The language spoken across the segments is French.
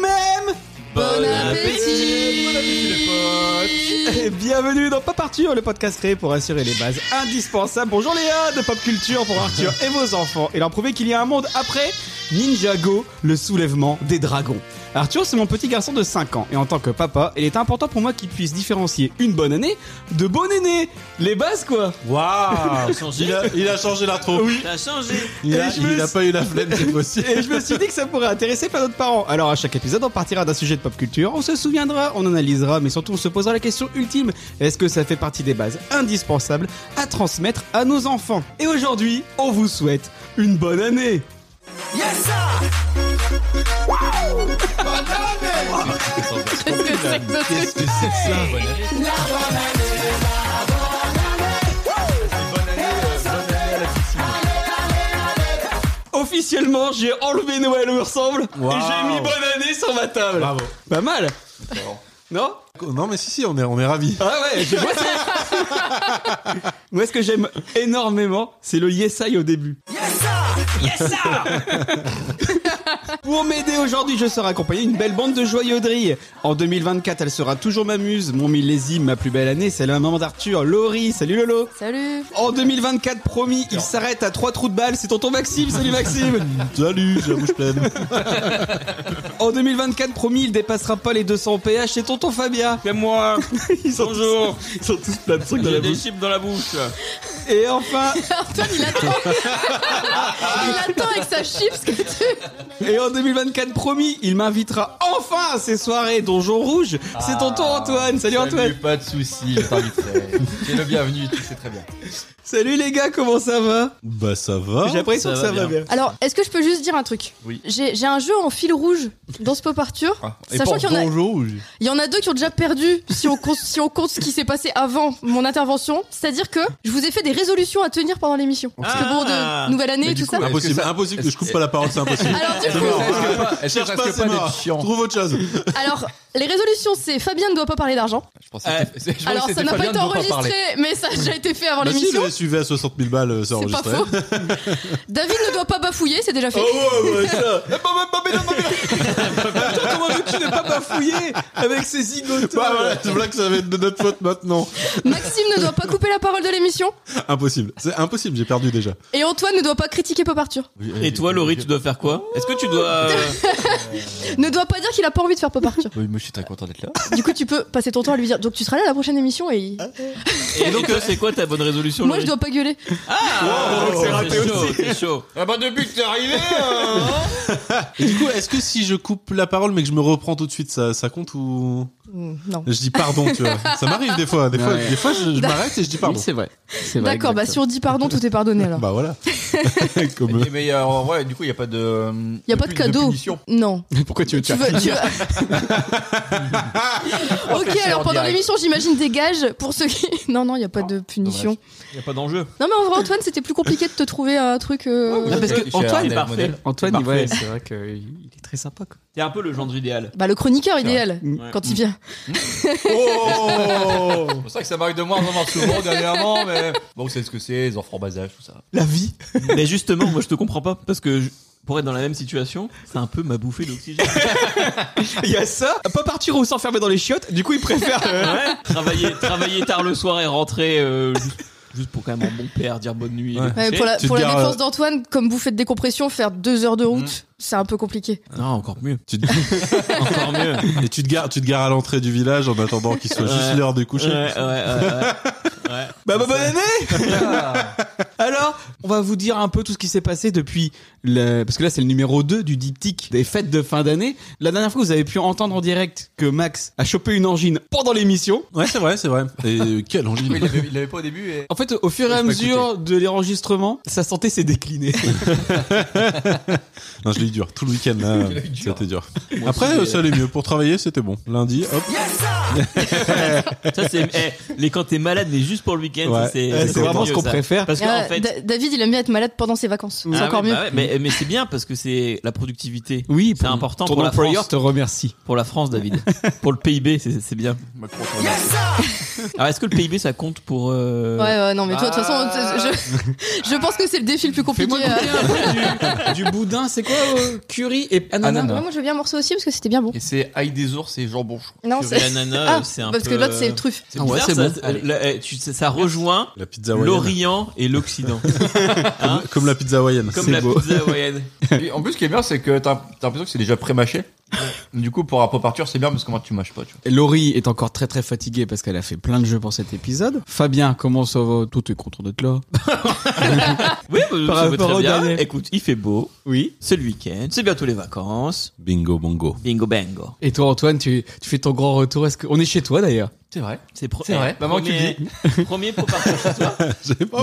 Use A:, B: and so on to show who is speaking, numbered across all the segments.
A: même
B: Bon
A: Et bienvenue dans Pop Arthur, le podcast créé pour assurer les bases indispensables. Bonjour Léa de Pop Culture pour Arthur et vos enfants et leur prouver qu'il y a un monde après Ninjago, le soulèvement des dragons. Arthur, c'est mon petit garçon de 5 ans et en tant que papa, il est important pour moi qu'il puisse différencier une bonne année de bonne année. Les bases quoi
C: Waouh Ah, il, a- il a changé l'intro.
B: T'as changé
C: Il, a-
A: Et je me
C: il a
A: suis-
C: pas eu la flemme, c'est possible.
A: Et je me suis dit que ça pourrait intéresser plein d'autres parents. Alors à chaque épisode, on partira d'un sujet de pop culture, on se souviendra, on analysera, mais surtout on se posera la question ultime est-ce que ça fait partie des bases indispensables à transmettre à nos enfants Et aujourd'hui, on vous souhaite une bonne année.
D: Qu'est-ce que c'est que ce truc
C: Qu'est-ce que c'est que ça
A: Officiellement, j'ai enlevé Noël, il me ressemble,
C: Wow.
A: et j'ai mis bonne année sur ma table.
C: Bravo.
A: Pas mal.
D: Oh,
A: Non
C: Oh, Non mais si si, on est, on est ravis.
A: Ah ouais, tu vois c'est- Moi, ce que j'aime énormément, c'est le yes I au début. Yes Pour m'aider aujourd'hui, je serai accompagné d'une belle bande de joyauderies. En 2024, elle sera toujours ma muse, mon millésime, ma plus belle année, c'est la maman d'Arthur, Laurie, salut Lolo.
D: Salut
A: En 2024, promis, il s'arrête à trois trous de balle, c'est tonton Maxime, salut Maxime.
C: Salut, j'ai la bouche pleine.
A: En 2024, promis, il dépassera pas les 200 pH, c'est tonton Fabien.
B: C'est moi
A: Ils sont
B: Bonjour
A: tous- ils sont tous plein de trucs dans la
B: J'ai des
A: bouche.
B: chips dans la bouche
A: Et enfin,
D: Antoine, il attend Il attend avec sa chips que tu...
A: Et en 2024, promis, il m'invitera enfin à ses soirées Donjon Rouge.
B: Ah.
A: C'est tonton Antoine. Salut, Antoine.
E: Pas de soucis, je t'inviterai. T'es le bienvenu, tu sais très bien.
A: Salut les gars, comment ça va
C: Bah ça va.
A: J'ai l'impression
E: ça
A: que
E: va
A: ça va bien.
D: Alors, est-ce que je peux juste dire un truc
E: Oui. Ah,
D: J'ai j'ai un jeu en fil rouge dans ce Pop Arthur.
C: Et
D: Sachant qu'il y, en a-
C: bonjour. oui.
D: il y en a deux qui ont déjà perdu si on, compte, si on compte ce qui s'est passé avant mon intervention. C'est-à-dire que je vous ai fait des résolutions à tenir pendant l'émission. Parce que bon,
B: Ah.
D: de nouvelle année,
E: Mais
D: tout
E: du
D: ça.
E: coup, Est-ce
C: Impossible,
E: que ça-
C: impossible que je coupe
E: est-ce-
C: pas la parole, c'est impossible.
D: Alors, du coup, euh,
E: Est-ce que
C: Cherche
E: ça
C: pas,
E: risque
C: c'est
E: pas d'être
C: mort.
E: chiant
C: Trouve autre chose.
D: alors, les résolutions, c'est Fabien ne doit pas parler d'argent.
E: Je
C: Ah,
E: pensais que je pensais
D: Alors,
E: que
D: ça
E: c'était
D: n'a pas
E: Fabien
D: été
E: de ne
D: enregistré,
E: parler.
D: mais ça a déjà été fait avant
C: Bah si,
D: l'émission.
C: le SUV à 60 000 balles, euh, c'est
D: C'est pas
C: enregistré.
D: faux. David ne doit pas bafouiller, c'est déjà fait.
E: Oh,
A: ouais, ça. Comment veux-tu ne pas bafouiller avec ces zigoteurs
C: Bah voilà, c'est vrai que ça va être de notre faute maintenant.
D: Maxime ne doit pas couper la parole de l'émission.
C: Impossible, c'est impossible, j'ai perdu déjà.
D: Et Antoine ne doit pas critiquer Pop Arthur.
B: Et toi Laurie, tu dois faire quoi Est-ce que tu dois... euh,
D: Ne doit pas dire qu'il a pas envie de faire Pop Arthur.
E: Oui, moi je suis très content d'être là.
D: Du coup, tu peux passer ton temps à lui dire Donc tu seras là à la prochaine émission et.
C: Ah,
B: Et donc euh, c'est quoi ta bonne résolution
D: Moi, je
B: Laurie
D: dois pas gueuler.
C: Oh,
B: Ah
A: Wow, c'est raté
B: chaud,
A: aussi.
B: C'est chaud
E: Ah bah depuis que t'es arrivé
C: euh. Et du coup, est-ce que si je coupe la parole mais que je me reprends tout de suite, ça, ça compte ou
D: Mm, Non.
C: Je dis pardon, tu vois. Ça m'arrive des fois. Des fois,
A: Ouais.
C: des fois je, je m'arrête et je dis pardon.
A: vrai.
D: D'accord, bah si on dit pardon, tout est pardonné alors.
C: Bah voilà. Comme.
E: Mais euh, en vrai, du coup, il n'y a pas de. euh,
D: Y a pas de cadeau.
E: punition.
D: Non.
A: Pourquoi tu veux
D: Tu veux- tu veux- ok,
E: c'est
D: alors
E: en
D: pendant
E: direct.
D: l'émission, j'imagine des gages pour ceux qui. Non, non, y a pas
C: Ah,
D: de punition.
B: Il a pas d'enjeu
D: Non, mais en vrai, Antoine, c'était plus compliqué de te trouver un truc. euh,
A: Ah, parce que
E: Cher
A: Antoine-
E: Arnel
B: T'es parfait.
E: Modèle.
A: Antoine,
B: Parfait.
A: ouais, c'est vrai qu'il est très sympa. Quoi.
B: T'es un peu le gendre idéal
D: Bah, le chroniqueur idéal.
B: Ouais.
C: Mm.
D: Quand il vient.
C: Oh
E: C'est pour ça que ça m'arrive de moins en moins souvent dernièrement, mais bon, vous savez ce que c'est, les enfants bas âge, tout ça.
A: La vie.
B: Mais justement, moi je te comprends pas parce que... je- Pour être dans la même situation, c'est un peu ma bouffée d'oxygène.
A: Il y a ça. Pas partir ou s'enfermer dans les chiottes. Du coup, il préfère. euh,
B: Ouais, travailler, travailler tard le soir et rentrer euh, juste, juste pour quand même un bon père dire bonne nuit. et
C: Ouais.
B: coucher.
D: Ouais, pour la,
C: Tu te
D: pour la
C: gares,
D: défense
C: euh, Mm.
D: d'Antoine, comme bouffée de décompression, faire deux heures de route, c'est un peu compliqué.
B: Non, encore mieux.
C: Tu te-
B: Encore mieux.
C: Et tu te gares, tu te gares à l'entrée du village en attendant qu'il soit
B: Ouais.
C: juste l'heure de coucher.
B: Ouais, ouais, ouais, ouais.
A: Bah, bah, bonne année
C: Ah.
A: Alors, on va vous dire un peu tout ce qui s'est passé depuis le... Parce que là, c'est le numéro 2 du diptyque des fêtes de fin d'année. La dernière fois, vous avez pu entendre en direct que Max a chopé une angine pendant l'émission.
C: Ouais, c'est vrai, c'est vrai. Et quel
E: Oui,
C: angine
E: il l'avait- il l'avait pas au début et.
A: En fait, au fur et
E: Ouais,
A: à
E: j'ai pas
A: mesure de l'enregistrement, sa santé s'est déclinée.
C: Non, je l'ai eu dur. Tout le week-end, là,
E: l'as eu dur.
C: c'était dur.
B: Moi aussi,
C: Après,
B: j'ai-
C: ça allait mieux. Pour travailler, c'était bon. Lundi, hop.
B: Ça, c'est. eh, les quand t'es malade, mais juste pour le week-end,
C: Ouais.
B: ça, c'est.
A: Euh,
B: ça,
A: c'est vraiment
B: mieux,
A: ce qu'on
B: ça.
A: préfère.
B: Parce qu'en
D: Euh,
B: fait.
D: Da- David, il aime bien être malade pendant ses vacances.
B: Ah
D: c'est
B: ouais,
D: encore mieux.
B: bah ouais, mais mais c'est bien parce que c'est la productivité.
A: Oui,
B: C'est important
A: ton
B: pour la
A: employeur
B: France.
A: te remercie.
B: Pour la France, David. pour le PIB, c'est c'est bien.
E: Macron, ça va.
B: Alors, est-ce que le PIB, ça compte pour. euh,
D: Ouais, ouais, non, mais toi, de toute façon,
E: Ah.
D: je, je pense que c'est le défi le plus compliqué.
A: Fais-moi
D: euh.
A: goûter un peu du, du boudin, c'est quoi euh, Curry et ananas.
E: Ananas.
D: Ouais, moi je veux bien morceau aussi parce que c'était bien bon.
E: Et c'est ail des ours et jambon, je crois.
D: Non,
B: Curry
D: c'est.
B: ananas,
D: Ah,
B: euh, c'est un
D: parce
B: peu,
D: que l'autre
B: euh,
D: c'est le truffe.
B: C'est
F: Ah ouais,
B: bizarre,
F: c'est
B: ça,
F: bon.
B: euh, la- euh, tu sais, ça rejoint
C: La pizza hawaïenne.
B: l'Orient et l'Occident. Hein
C: Comme la pizza hawaïenne.
B: Comme la pizza hawaïenne.
E: Et en plus, ce qui est bien, c'est que t'as t'as l'impression que c'est déjà pré-mâché. du coup, pour un pop Arthur, c'est bien parce que moi, tu mâches pas, tu vois.
A: Et Laurie est encore très très fatiguée parce qu'elle a fait plein de jeux pour cet épisode. Fabien, comment ça va Tout est content d'être là.
B: Oui, bah,
A: Par
B: ça va
A: rapport
B: très
A: au
B: bien.
A: dernier.
B: Écoute, il fait beau,
A: Oui.
B: c'est le week-end, c'est bientôt les vacances.
C: Bingo bongo.
B: Bingo bango.
A: Et toi Antoine, tu, tu fais ton grand retour. Est-ce que... On est chez toi d'ailleurs
E: C'est vrai.
B: C'est pro-
E: C'est vrai.
B: eh,
E: Maman, tu
B: premier- Premier pour partir chez toi.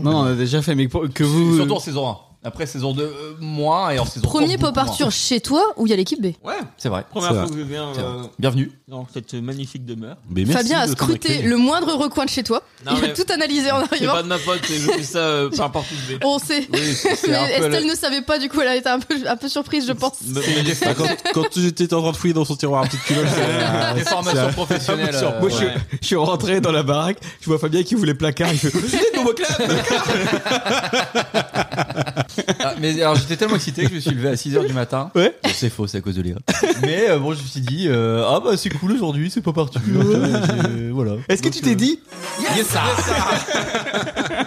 A: Non, non, on a déjà fait, mais pour- que vous...
E: Surtout en saison 1. Après saison 2, euh, moins et en saison 3.
D: Premier
E: beaucoup
D: pop Arthur
E: moins.
D: chez toi où il y a l'équipe B.
B: Ouais,
E: C'est vrai.
B: première
C: C'est
B: fois
C: vrai.
B: que je viens
E: C'est
B: euh,
E: Bienvenue.
B: dans cette magnifique demeure.
C: Mais merci
D: Fabien a
C: de ton
D: scruté
C: accueil.
D: le moindre recoin de chez toi.
B: Non,
D: il a
B: mais-
D: tout analysé en
B: C'est
D: arrivant.
B: pas de ma faute, je fais ça euh, peu importe où je vais.
D: On sait.
E: Oui, c'est c'est
D: Mais
E: un peu.
D: Estelle
E: la-
D: ne savait pas, du coup, elle a été un peu, un peu surprise, je pense.
B: Me- me-
C: Ah, quand, quand j'étais en train de fouiller dans son tiroir à petite culotte, c'est-
E: Les formations
C: c'est-
E: professionnelles.
C: c'est-
E: euh,
A: Moi, je, suis-
B: Ouais.
A: je suis rentré dans la baraque, je vois Fabien qui voulait placard, il fait Venez, Bobo Club
E: Ah, mais alors j'étais tellement excité que je me suis levé à 6h du matin.
A: Ouais.
B: euh,
E: Bon, C'est faux, c'est à cause de Léa. Mais euh, bon, je me suis dit, euh, ah bah c'est cool aujourd'hui, c'est pas parti. Euh, voilà. euh,
A: Est-ce que tu t'es dit Yes, sir.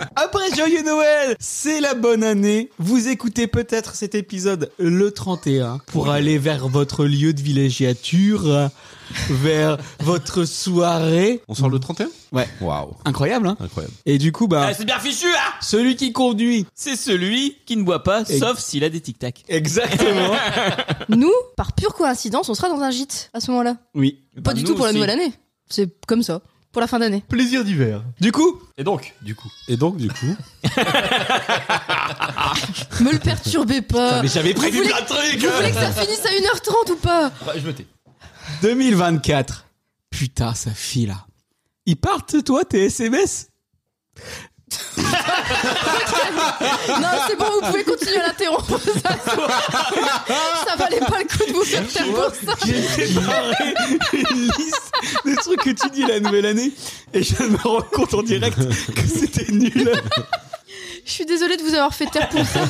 A: Après Joyeux Noël, c'est la bonne année. Vous écoutez peut-être cet épisode le 31 pour aller vers votre lieu de villégiature, vers votre soirée.
C: On sort le 31
A: Ouais.
C: Waouh.
A: Incroyable, hein
C: Incroyable.
A: Et du coup, bah,
B: Ah, c'est bien fichu, hein
A: celui qui conduit.
B: C'est celui qui ne boit pas,
A: Et-
B: sauf s'il a des tic-tac.
A: Exactement.
D: Nous, par pure coïncidence, on sera dans un gîte à ce moment-là.
A: oui.
D: Pas du tout pour la nouvelle année. C'est comme ça. Pour la fin d'année.
E: Plaisir d'hiver.
A: Du coup,
E: Et donc, du coup.
C: Et donc, du coup,
D: Me le perturbez pas.
A: mais j'avais prévu
D: voulez-
A: plein de trucs.
D: Vous voulez que ça finisse à 1h30 ou pas
E: Bah, je me tais.
A: 2024. Putain, ça file là. Ils partent, toi, tes SMS
D: Non, c'est bon, vous pouvez continuer à l'interrompre. Ça, se- ça valait pas le coup de vous faire faire pour ça.
A: J'ai préparé une liste des trucs que tu dis la nouvelle année et je me rends compte en direct que c'était nul.
D: Je suis désolée de vous avoir fait taire pour ça.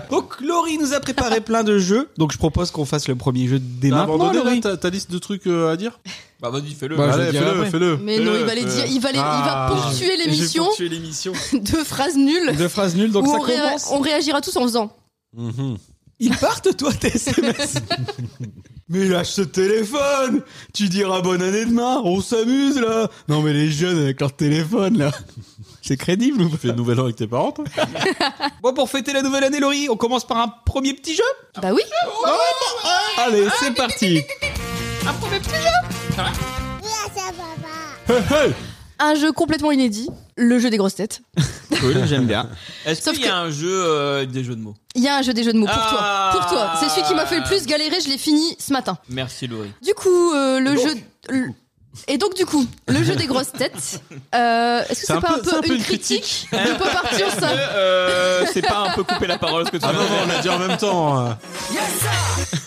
A: Donc Laurie nous a préparé plein de jeux. Donc je propose qu'on fasse le premier jeu dès
C: t'as
A: maintenant,
C: abandonné là,
A: Laurie.
C: ta, ta liste de trucs euh, à dire
B: Bah vas-y, fais-le.
A: Bah, je le
C: Allez,
A: dirai
C: fais-le,
A: après.
C: fais-le.
D: Mais non, il va les dire, il va, les- il va
C: Ah.
D: ponctuer l'émission
A: tuer l'émission.
D: de phrases nulles
A: Deux phrases nulles, donc
D: où
A: ça
D: on, ré-
A: commence.
D: on réagira tous en faisant.
C: Mhm.
A: Ils partent, toi, tes SMS. mais lâche ce téléphone Tu diras bonne année demain, on s'amuse là Non mais les jeunes avec leur téléphone là C'est crédible ou pas
C: Tu fais nouvel an avec tes parents, toi
A: Bon, pour fêter la nouvelle année, Laurie, on commence par un premier petit jeu
D: Bah oui,
A: Allez, c'est parti
C: Ah, Euh,
D: un jeu complètement inédit, le jeu des grosses têtes.
A: Cool, j'aime bien.
B: Est-ce
D: Sauf
B: qu'il y a un jeu euh, des jeux de mots
D: Il y a un jeu des jeux de mots pour
B: Ah.
D: toi. Pour toi, c'est celui qui m'a fait le plus galérer, je l'ai fini ce matin.
B: Merci Laurie.
D: Du coup, euh, le jeu le- et donc du coup, le jeu des grosses têtes, euh, est-ce que c'est
C: un
D: pas
C: peu- c'est
D: un
C: un
D: peu
C: peu
D: une
C: une
D: critique de Pop Arthur ça
B: Euh, c'est pas un peu couper la parole ce que tu
C: Ah
B: viens de
C: non, non,
B: dire
C: on l'a dit en même temps.
A: hein.
B: Bah,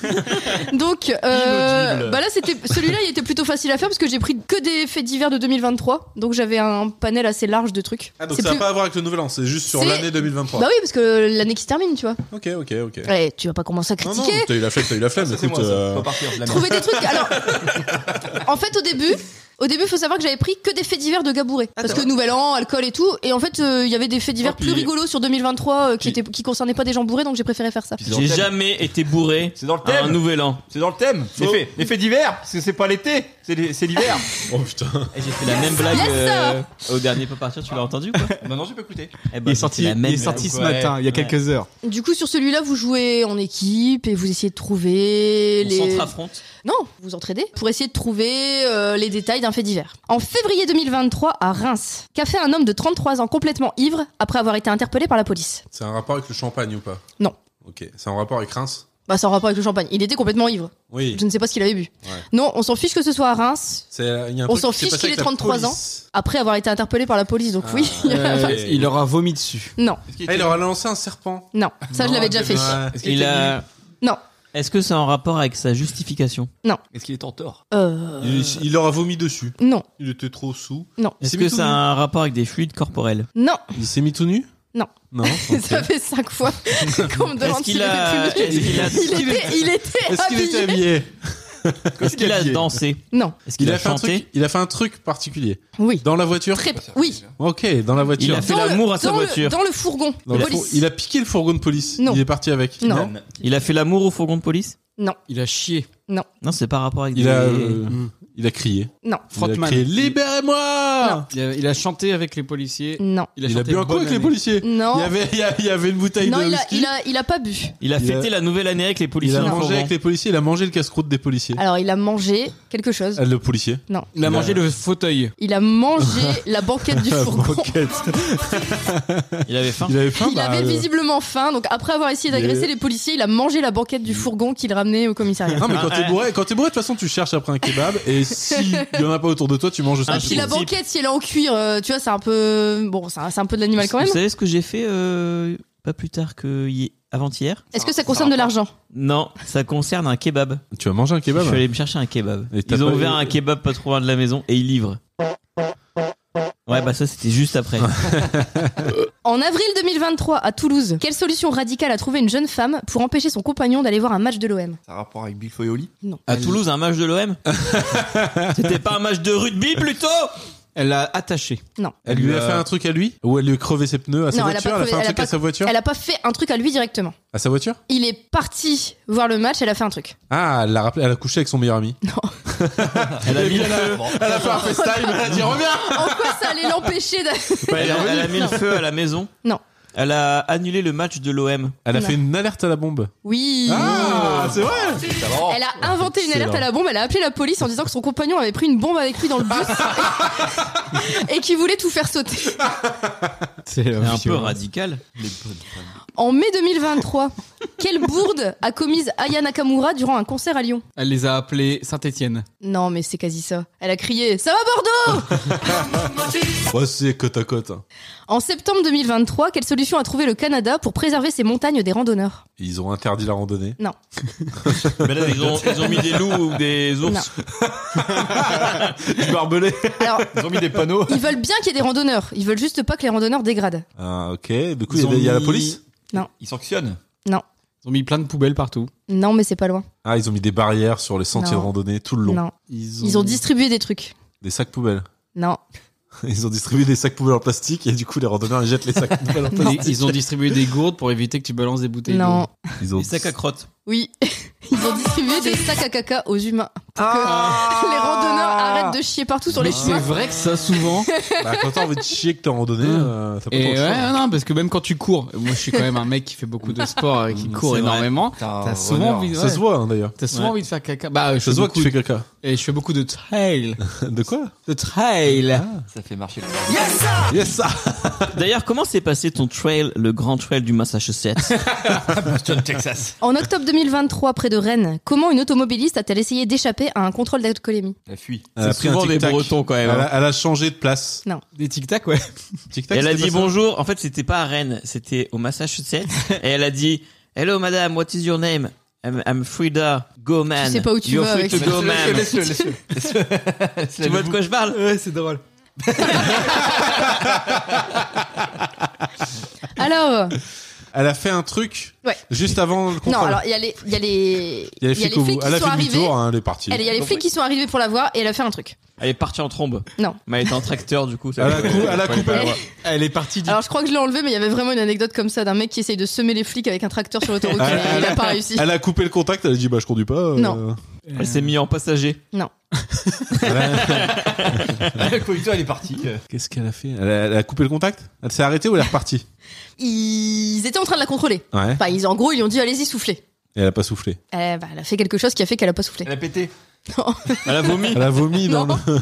C: euh.
D: Donc, euh,
E: Inaudible.
D: bah là, c'était celui-là, il était plutôt facile à faire parce que j'ai pris que des faits divers de 2023, donc j'avais un panel assez large de trucs.
C: Ah, donc
D: C'est
C: ça n'a
D: plus-
C: pas à voir avec le nouvel an, c'est juste sur
D: C'est-
C: l'année 2023.
D: Bah oui, parce que l'année qui se termine, tu vois.
C: Ok, ok, ok.
D: Ouais, tu vas pas commencer à
C: Non,
D: critiquer.
C: non, t'as eu la flemme, t'as eu la flemme.
E: Ça, c'est
C: écoute,
E: moi, ça.
C: euh,
E: Pop Arthur, la merde.
D: Trouver des trucs. Alors, en fait, au début. Au début, faut savoir que j'avais pris que des faits divers de Gabouré.
C: Ah,
D: Parce que nouvel an, alcool et tout. Et en fait, euh, il y avait des faits divers
B: Oh,
D: plus
B: puis-
D: rigolos sur 2023 euh, qui, étaient, qui concernaient pas des gens bourrés, donc j'ai préféré faire ça.
E: Puis c'est dans le
B: J'ai
E: thème.
B: jamais été bourré
E: C'est dans le
B: à un
E: thème.
B: nouvel an.
E: C'est dans le thème. Les faits, les faits d'hiver. Parce que c'est pas l'été, c'est les- c'est l'hiver.
C: Oh putain.
B: Et j'ai fait la même blague
D: Yes,
B: euh, au dernier pas partir, tu l'as entendu ou pas
E: non, non, j'ai pas écouté.
B: Eh ben,
A: Il est
B: j'ai
A: sorti,
B: fait la même
A: il est
B: blague.
A: sorti ce
E: Ouais.
A: matin, il y a quelques heures.
D: Du coup, sur celui-là, vous jouez en équipe et vous essayez de trouver
B: On
D: les.
B: s'entre-affronte.
D: Non, vous vous entraidez pour essayer de trouver euh, les détails d'un fait divers. En février 2023, à Reims, qu'a fait un homme de 33 ans complètement ivre après avoir été interpellé par la police
C: C'est un rapport avec le champagne ou pas
D: Non.
C: Ok, c'est un rapport avec Reims
D: Bah, ça en rapport avec le champagne. Il était complètement ivre.
C: Oui.
D: Je ne sais pas ce qu'il avait bu.
C: Ouais.
D: Non, on s'en fiche que ce soit à Reims
C: C'est, euh, il y a un
D: On
C: truc
D: s'en
C: qui s'est
D: fiche
C: passé
D: qu'il
C: avec
D: ait
C: la
D: 33 ans.
C: police.
D: après avoir été interpellé par la police, donc oui.
C: Ah. Euh,
A: il aura vomi dessus.
D: Non,
E: Est-ce qu'il
C: Ah, il
E: était-
C: leur a lancé un serpent.
D: non, ça je l'avais déjà fait.
C: Ouais.
E: est-ce qu'il
B: Il
E: était-
B: a.
D: Non.
B: Est-ce que c'est en rapport avec sa justification
E: Est-ce qu'il est en tort
D: Euh,
C: Il, il leur a vomi dessus.
D: Non,
C: Il était trop sous.
D: non,
C: Il s'est mis
B: Est-ce que
C: tout
B: ça a
C: nu.
B: un rapport avec des fluides corporels
D: non,
C: Il s'est mis tout nu Non.
D: Ça fait cinq fois qu'on me demande
B: Est-ce
D: s'il
B: qu'il a.
D: était
B: Est-ce
D: public.
B: qu'il a,
D: Il était, il était
C: Est-ce qu'il
D: habillé.
C: était habillé
B: est-ce qu'il a
E: habillé
B: dansé
D: Non,
B: Est-ce qu'il
C: il
B: a,
C: a, fait un
B: chanté
C: truc, il a fait un truc particulier.
D: oui.
C: Dans la voiture
D: Très, oui.
C: Ok, dans la voiture.
B: Il a fait
D: Dans le-
B: l'amour à sa
D: dans le-
B: voiture.
D: Dans le fourgon.
C: Dans
D: de
C: le
D: police.
C: four- il a piqué le fourgon de police.
D: Non.
C: Il est parti avec.
D: Non.
B: Il a fait l'amour au fourgon de police
F: Il a chié.
B: Non, c'est par rapport avec
C: Il
B: des-
C: a, euh,
F: Mm.
C: il a crié. Il
D: Non,
C: a
A: Frottman.
C: crié Libérez-moi
F: Il a, il a chanté avec les policiers.
D: non,
F: Il a,
C: Il a
F: chanté
C: bu un coup
F: Bonne
C: avec les
F: année.
C: policiers. Il y
D: non.
C: avait, il y a- il y avait une bouteille
D: Non,
C: de
D: il a,
C: whisky.
D: il, a, il a pas bu.
B: Il a
C: Il
B: fêté
C: a-
B: la nouvelle année avec les
C: Il
B: policiers.
C: a
B: dans le
C: mangé
B: fourgon.
C: avec les policiers. Il a mangé le casse-croûte des policiers.
D: Alors, il a mangé quelque chose.
C: Ah, Le policier.
D: Non.
F: Il a
C: Il
F: mangé
C: a-
F: le fauteuil.
D: Il a mangé la banquette du fourgon.
C: Banquette.
B: Il avait faim.
C: Il avait faim.
D: Il
C: bah,
D: avait
C: euh,
D: visiblement faim, donc après avoir essayé d'agresser
C: Mais-
D: les policiers, il a mangé la banquette du fourgon qu'il ramenait au commissariat.
C: Non mais quand t'es
B: Ah, ouais.
C: bourré, quand t'es bourré de toute façon tu cherches après un kebab et si il y en a pas autour de toi tu manges ça.
B: Ah, bon
D: Puis la
B: type.
D: banquette, si elle est en cuir, euh, tu vois, c'est un peu. Bon, c'est un, c'est un peu de l'animal quand même.
B: Vous savez ce que j'ai fait euh, pas plus tard que hi- avant-hier
D: Est-ce que ça concerne de l'argent
B: Non, ça concerne un kebab.
C: Tu as mangé un
B: Je suis
C: kebab hein
B: allé me chercher un kebab.
C: Et t'as
B: Ils ont
C: pas-
B: ouvert un kebab pas trop loin de la maison et ils livrent. Ouais, bah ça c'était juste après.
D: En avril 2023, à Toulouse, quelle solution radicale a trouvé une jeune femme pour empêcher son compagnon d'aller voir un match de l'OM
E: Ça a rapport avec Bill Foyoli
B: À Toulouse, un match de l'OM C'était pas un match de rugby plutôt
F: Elle l'a attaché.
C: Elle lui a
E: Elle, euh,
C: fait un truc à lui Ou elle lui a crevé ses pneus à sa
D: Non, elle a
C: voiture Elle a fait un
D: pas crevé- elle a
C: truc
D: pas-
C: à sa voiture
D: Elle a pas fait un truc à lui directement.
C: À sa voiture
D: Il est parti voir le match, elle a fait un truc.
C: Ah, elle l'a rappelé, elle a couché avec son meilleur ami.
B: Elle a mis le feu.
C: Elle a fait un FaceTime, elle a dit reviens
D: En quoi ça allait l'empêcher d'a-
B: Elle a, elle a mis le feu à la maison.
D: Non.
B: Elle a annulé le match de l'OM.
C: Elle a
D: Non.
C: fait une alerte à la bombe.
D: Oui
C: Ah, c'est vrai
E: Ça va
D: Elle a inventé une
C: Excellent.
D: alerte à la bombe, elle a appelé la police en disant que son compagnon avait pris une bombe avec lui dans le bus et qu'il voulait tout faire sauter.
F: C'est
B: Elle est un peu radicale.
D: En mai 2023, quelle bourde a commise Aya Nakamura durant un concert à Lyon
F: Elle les a appelés Saint-Étienne.
D: Non, mais c'est quasi ça. Elle a crié Ça va Bordeaux
C: Ouais, c'est côte à côte. hein.
D: En septembre 2023, quelle solution a trouvé le Canada pour préserver ses montagnes des randonneurs
C: Ils ont interdit la randonnée.
B: Mais là, ils ont, ils ont mis des loups ou des ours.
E: Du barbelé
D: Alors,
E: Ils ont mis des panneaux.
D: ils veulent bien qu'il y ait des randonneurs, ils veulent juste pas que les randonneurs dégradent.
C: Ah, ok. Du coup,
E: Ils
C: il y a-
E: ont
C: il y, a la
E: mis-
C: police
E: Ils sanctionnent.
F: Ils ont mis plein de poubelles partout.
D: Non, mais c'est pas loin.
C: Ah, ils ont mis des barrières sur les sentiers
D: Non.
C: de randonnée tout le long.
D: Non. Ils ont distribué des trucs.
C: Des sacs poubelles.
D: Non.
C: Ils ont distribué des sacs poubelles en plastique et du coup, les randonneurs ils jettent les sacs poubelles en
D: Non.
F: Ils, ils ont distribué des gourdes pour éviter que tu balances des bouteilles.
D: Non.
F: d'eau.
C: plastique. Ils ont
B: Des sacs à crottes.
D: Oui. Ils ont distribué des sacs à caca aux humains. Pour que les randonneurs arrêtent de chier partout sur les
F: Mais c'est
D: chemins.
F: vrai que ça souvent.
C: Ah. Bah, quand t'as envie de chier que t'es en randonnée,
F: Hum.
C: euh, t'as pas trop
F: Et
C: le
F: ouais,
C: choix.
F: non, parce que même quand tu cours, moi je suis quand même un mec qui fait beaucoup de sport et
C: Mmh.
F: qui court
B: c'est vrai.
F: énormément. T'as souvent, envie,
C: Ça
F: ouais,
C: se voit hein, d'ailleurs.
F: t'as souvent
B: Ouais.
F: envie de faire caca. Bah, je
C: Ça
F: fais
C: se voit que
F: beaucoup
C: tu fais caca.
F: de- Et je fais beaucoup de trail.
C: De quoi Ah.
F: De trail.
E: Ça fait marcher le
C: Yes, ça
B: D'ailleurs, comment s'est passé ton trail, le grand trail du Massachusetts
E: Texas.
D: En octobre 2023, près de Rennes, comment une automobiliste a-t-elle essayé d'échapper à un contrôle d'alcoolémie
E: La fuite.
C: Elle a pris Euh, un tic-tac.
B: quand
C: Elle
B: hein.
C: a, elle a changé de place.
F: Des tic-tac, ouais.
C: Tic-tac,
B: Elle a
C: c'était
B: dit
C: pas ça
B: bonjour. En fait, c'était pas à Rennes, c'était au Massachusetts. et elle a dit Hello, madame, what is your name I'm, I'm Frida Goman.
D: Tu sais pas où tu
B: You're
D: vas
B: free
D: avec
B: to
D: ça.
B: go, man.
E: Laisse-le, laisse-le. laisse-le. Laisse-le.
B: Tu vois de quoi je parle
F: Ouais, c'est drôle.
D: Alors,
C: Elle a fait un truc
D: Ouais.
C: juste avant le
D: non,
C: contrôle.
D: alors il y a les, il y a les,
C: il y a les
D: il y a
C: flics au bout.
D: qui
C: Elle a
D: sont
C: fait
D: arrivés.
C: demi-tour, hein, elle est partie.
D: Elle- Il y a les flics qui sont arrivés pour la voir et elle a fait un truc.
B: Elle est partie en trombe.
D: Non.
B: Mais elle était en tracteur, du coup.
C: Elle a, cou- elle a coupé.
D: Elle-
F: Elle est partie du.
D: Alors je crois que je l'ai enlevé, mais il y avait vraiment une anecdote comme ça d'un mec qui essaye de semer les flics avec un tracteur sur l'autoroute.
C: Ah,
D: et il a pas réussi.
C: Elle a coupé le contact, elle a dit bah je conduis pas. euh.
D: Non.
B: Elle s'est mise en passager.
E: Le conducteur, il est parti. euh.
C: Qu'est-ce qu'elle a fait elle a, elle a coupé le contact Elle s'est arrêtée ou elle est repartie
D: Ils étaient en train de la contrôler.
C: Ouais.
D: Enfin, ils, en gros, ils lui ont dit allez-y souffler.
C: Et elle a pas soufflé.
D: Eh ben, elle a fait quelque chose qui a fait qu'elle a pas soufflé.
E: Elle a pété.
B: Elle a vomi.
C: Elle a vomi dans
D: Non.
C: le.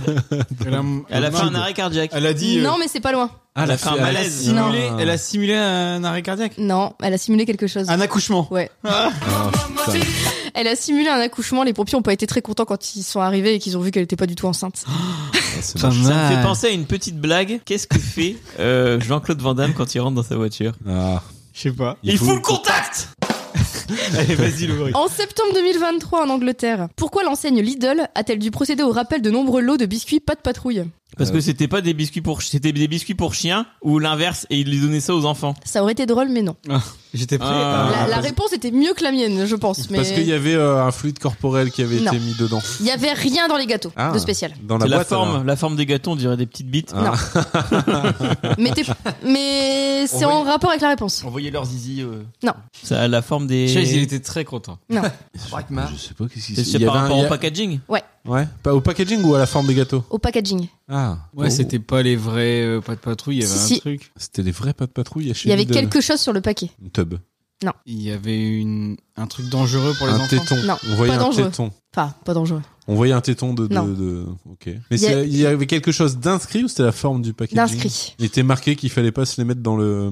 F: Elle a,
B: Elle a fait un arrêt cardiaque.
F: Elle a dit. euh,
D: Non, mais c'est pas loin.
C: Ah,
B: Elle a fait un
C: elle
B: malaise.
F: simulé-
C: Ah.
F: elle a simulé un arrêt cardiaque.
D: Non, elle a simulé quelque chose.
F: Un accouchement.
D: Ouais.
C: Ah, putain.
D: Elle a simulé un accouchement. Les pompiers ont pas été très contents quand ils sont arrivés et qu'ils ont vu qu'elle était pas du tout enceinte.
C: Ah, c'est
F: Ça
C: moche.
B: Ça me fait penser à une petite blague. Qu'est-ce que fait euh, Jean-Claude Van Damme quand il rentre dans sa voiture
C: Ah,
F: Je sais pas.
B: Il, fout le contact
A: Allez, vas-y, le bruit.
D: En septembre 2023 en Angleterre, pourquoi l'enseigne Lidl a-t-elle dû procéder au rappel de nombreux lots de biscuits pas de patrouille
B: Parce que c'était pas des biscuits pour, c'était des biscuits pour chiens ou l'inverse et ils lui donnaient ça aux enfants.
D: Ça aurait été drôle, mais non.
A: J'étais prêt.
B: Ah.
D: la la
C: parce-
D: réponse était mieux que la mienne, je pense. Mais
C: Parce qu'il y avait euh, un fluide corporel qui avait
D: Non.
C: été mis dedans.
D: il y avait rien dans les gâteaux
C: Ah.
D: de spécial.
C: Dans la
B: C'est la,
C: boîte.
B: forme,
C: alors.
B: la forme des gâtons, on dirait des petites bites.
C: Ah.
D: Mais, t'es- mais c'est
B: On
D: en rapport avec la réponse.
B: On voyait leurs zizi.
E: euh.
D: Non.
B: Ça a la forme des.
F: Chase, il était très content.
C: Je sais pas qu'est-ce
B: C'est
C: qui
B: c'est
C: il y
B: par
C: avait un-
B: rapport
C: il y
B: au
C: a-
B: packaging.
C: Ouais. Pas au packaging ou à la forme des gâteaux
D: Au packaging.
C: Ah.
F: Ouais,
C: Oh.
F: c'était pas les vrais euh, pas de patrouille, il y avait
D: Si,
F: un
D: si.
F: truc.
C: C'était des vrais pas de patrouille à chez
D: Il y avait
C: Lidl.
D: quelque chose sur le paquet.
C: Une tub.
F: Il y avait une un truc dangereux pour les
C: Un
F: enfants.
C: téton.
D: Non,
C: On voyait
D: pas
C: un
D: dangereux.
C: téton.
D: Enfin, pas dangereux.
C: On voyait un téton de. de,
D: Non.
C: de- Ok. Mais
D: Il y a-
C: c'est- il y avait quelque chose d'inscrit ou c'était la forme du packaging
D: D'inscrit.
C: Il était marqué qu'il fallait pas se les mettre dans le.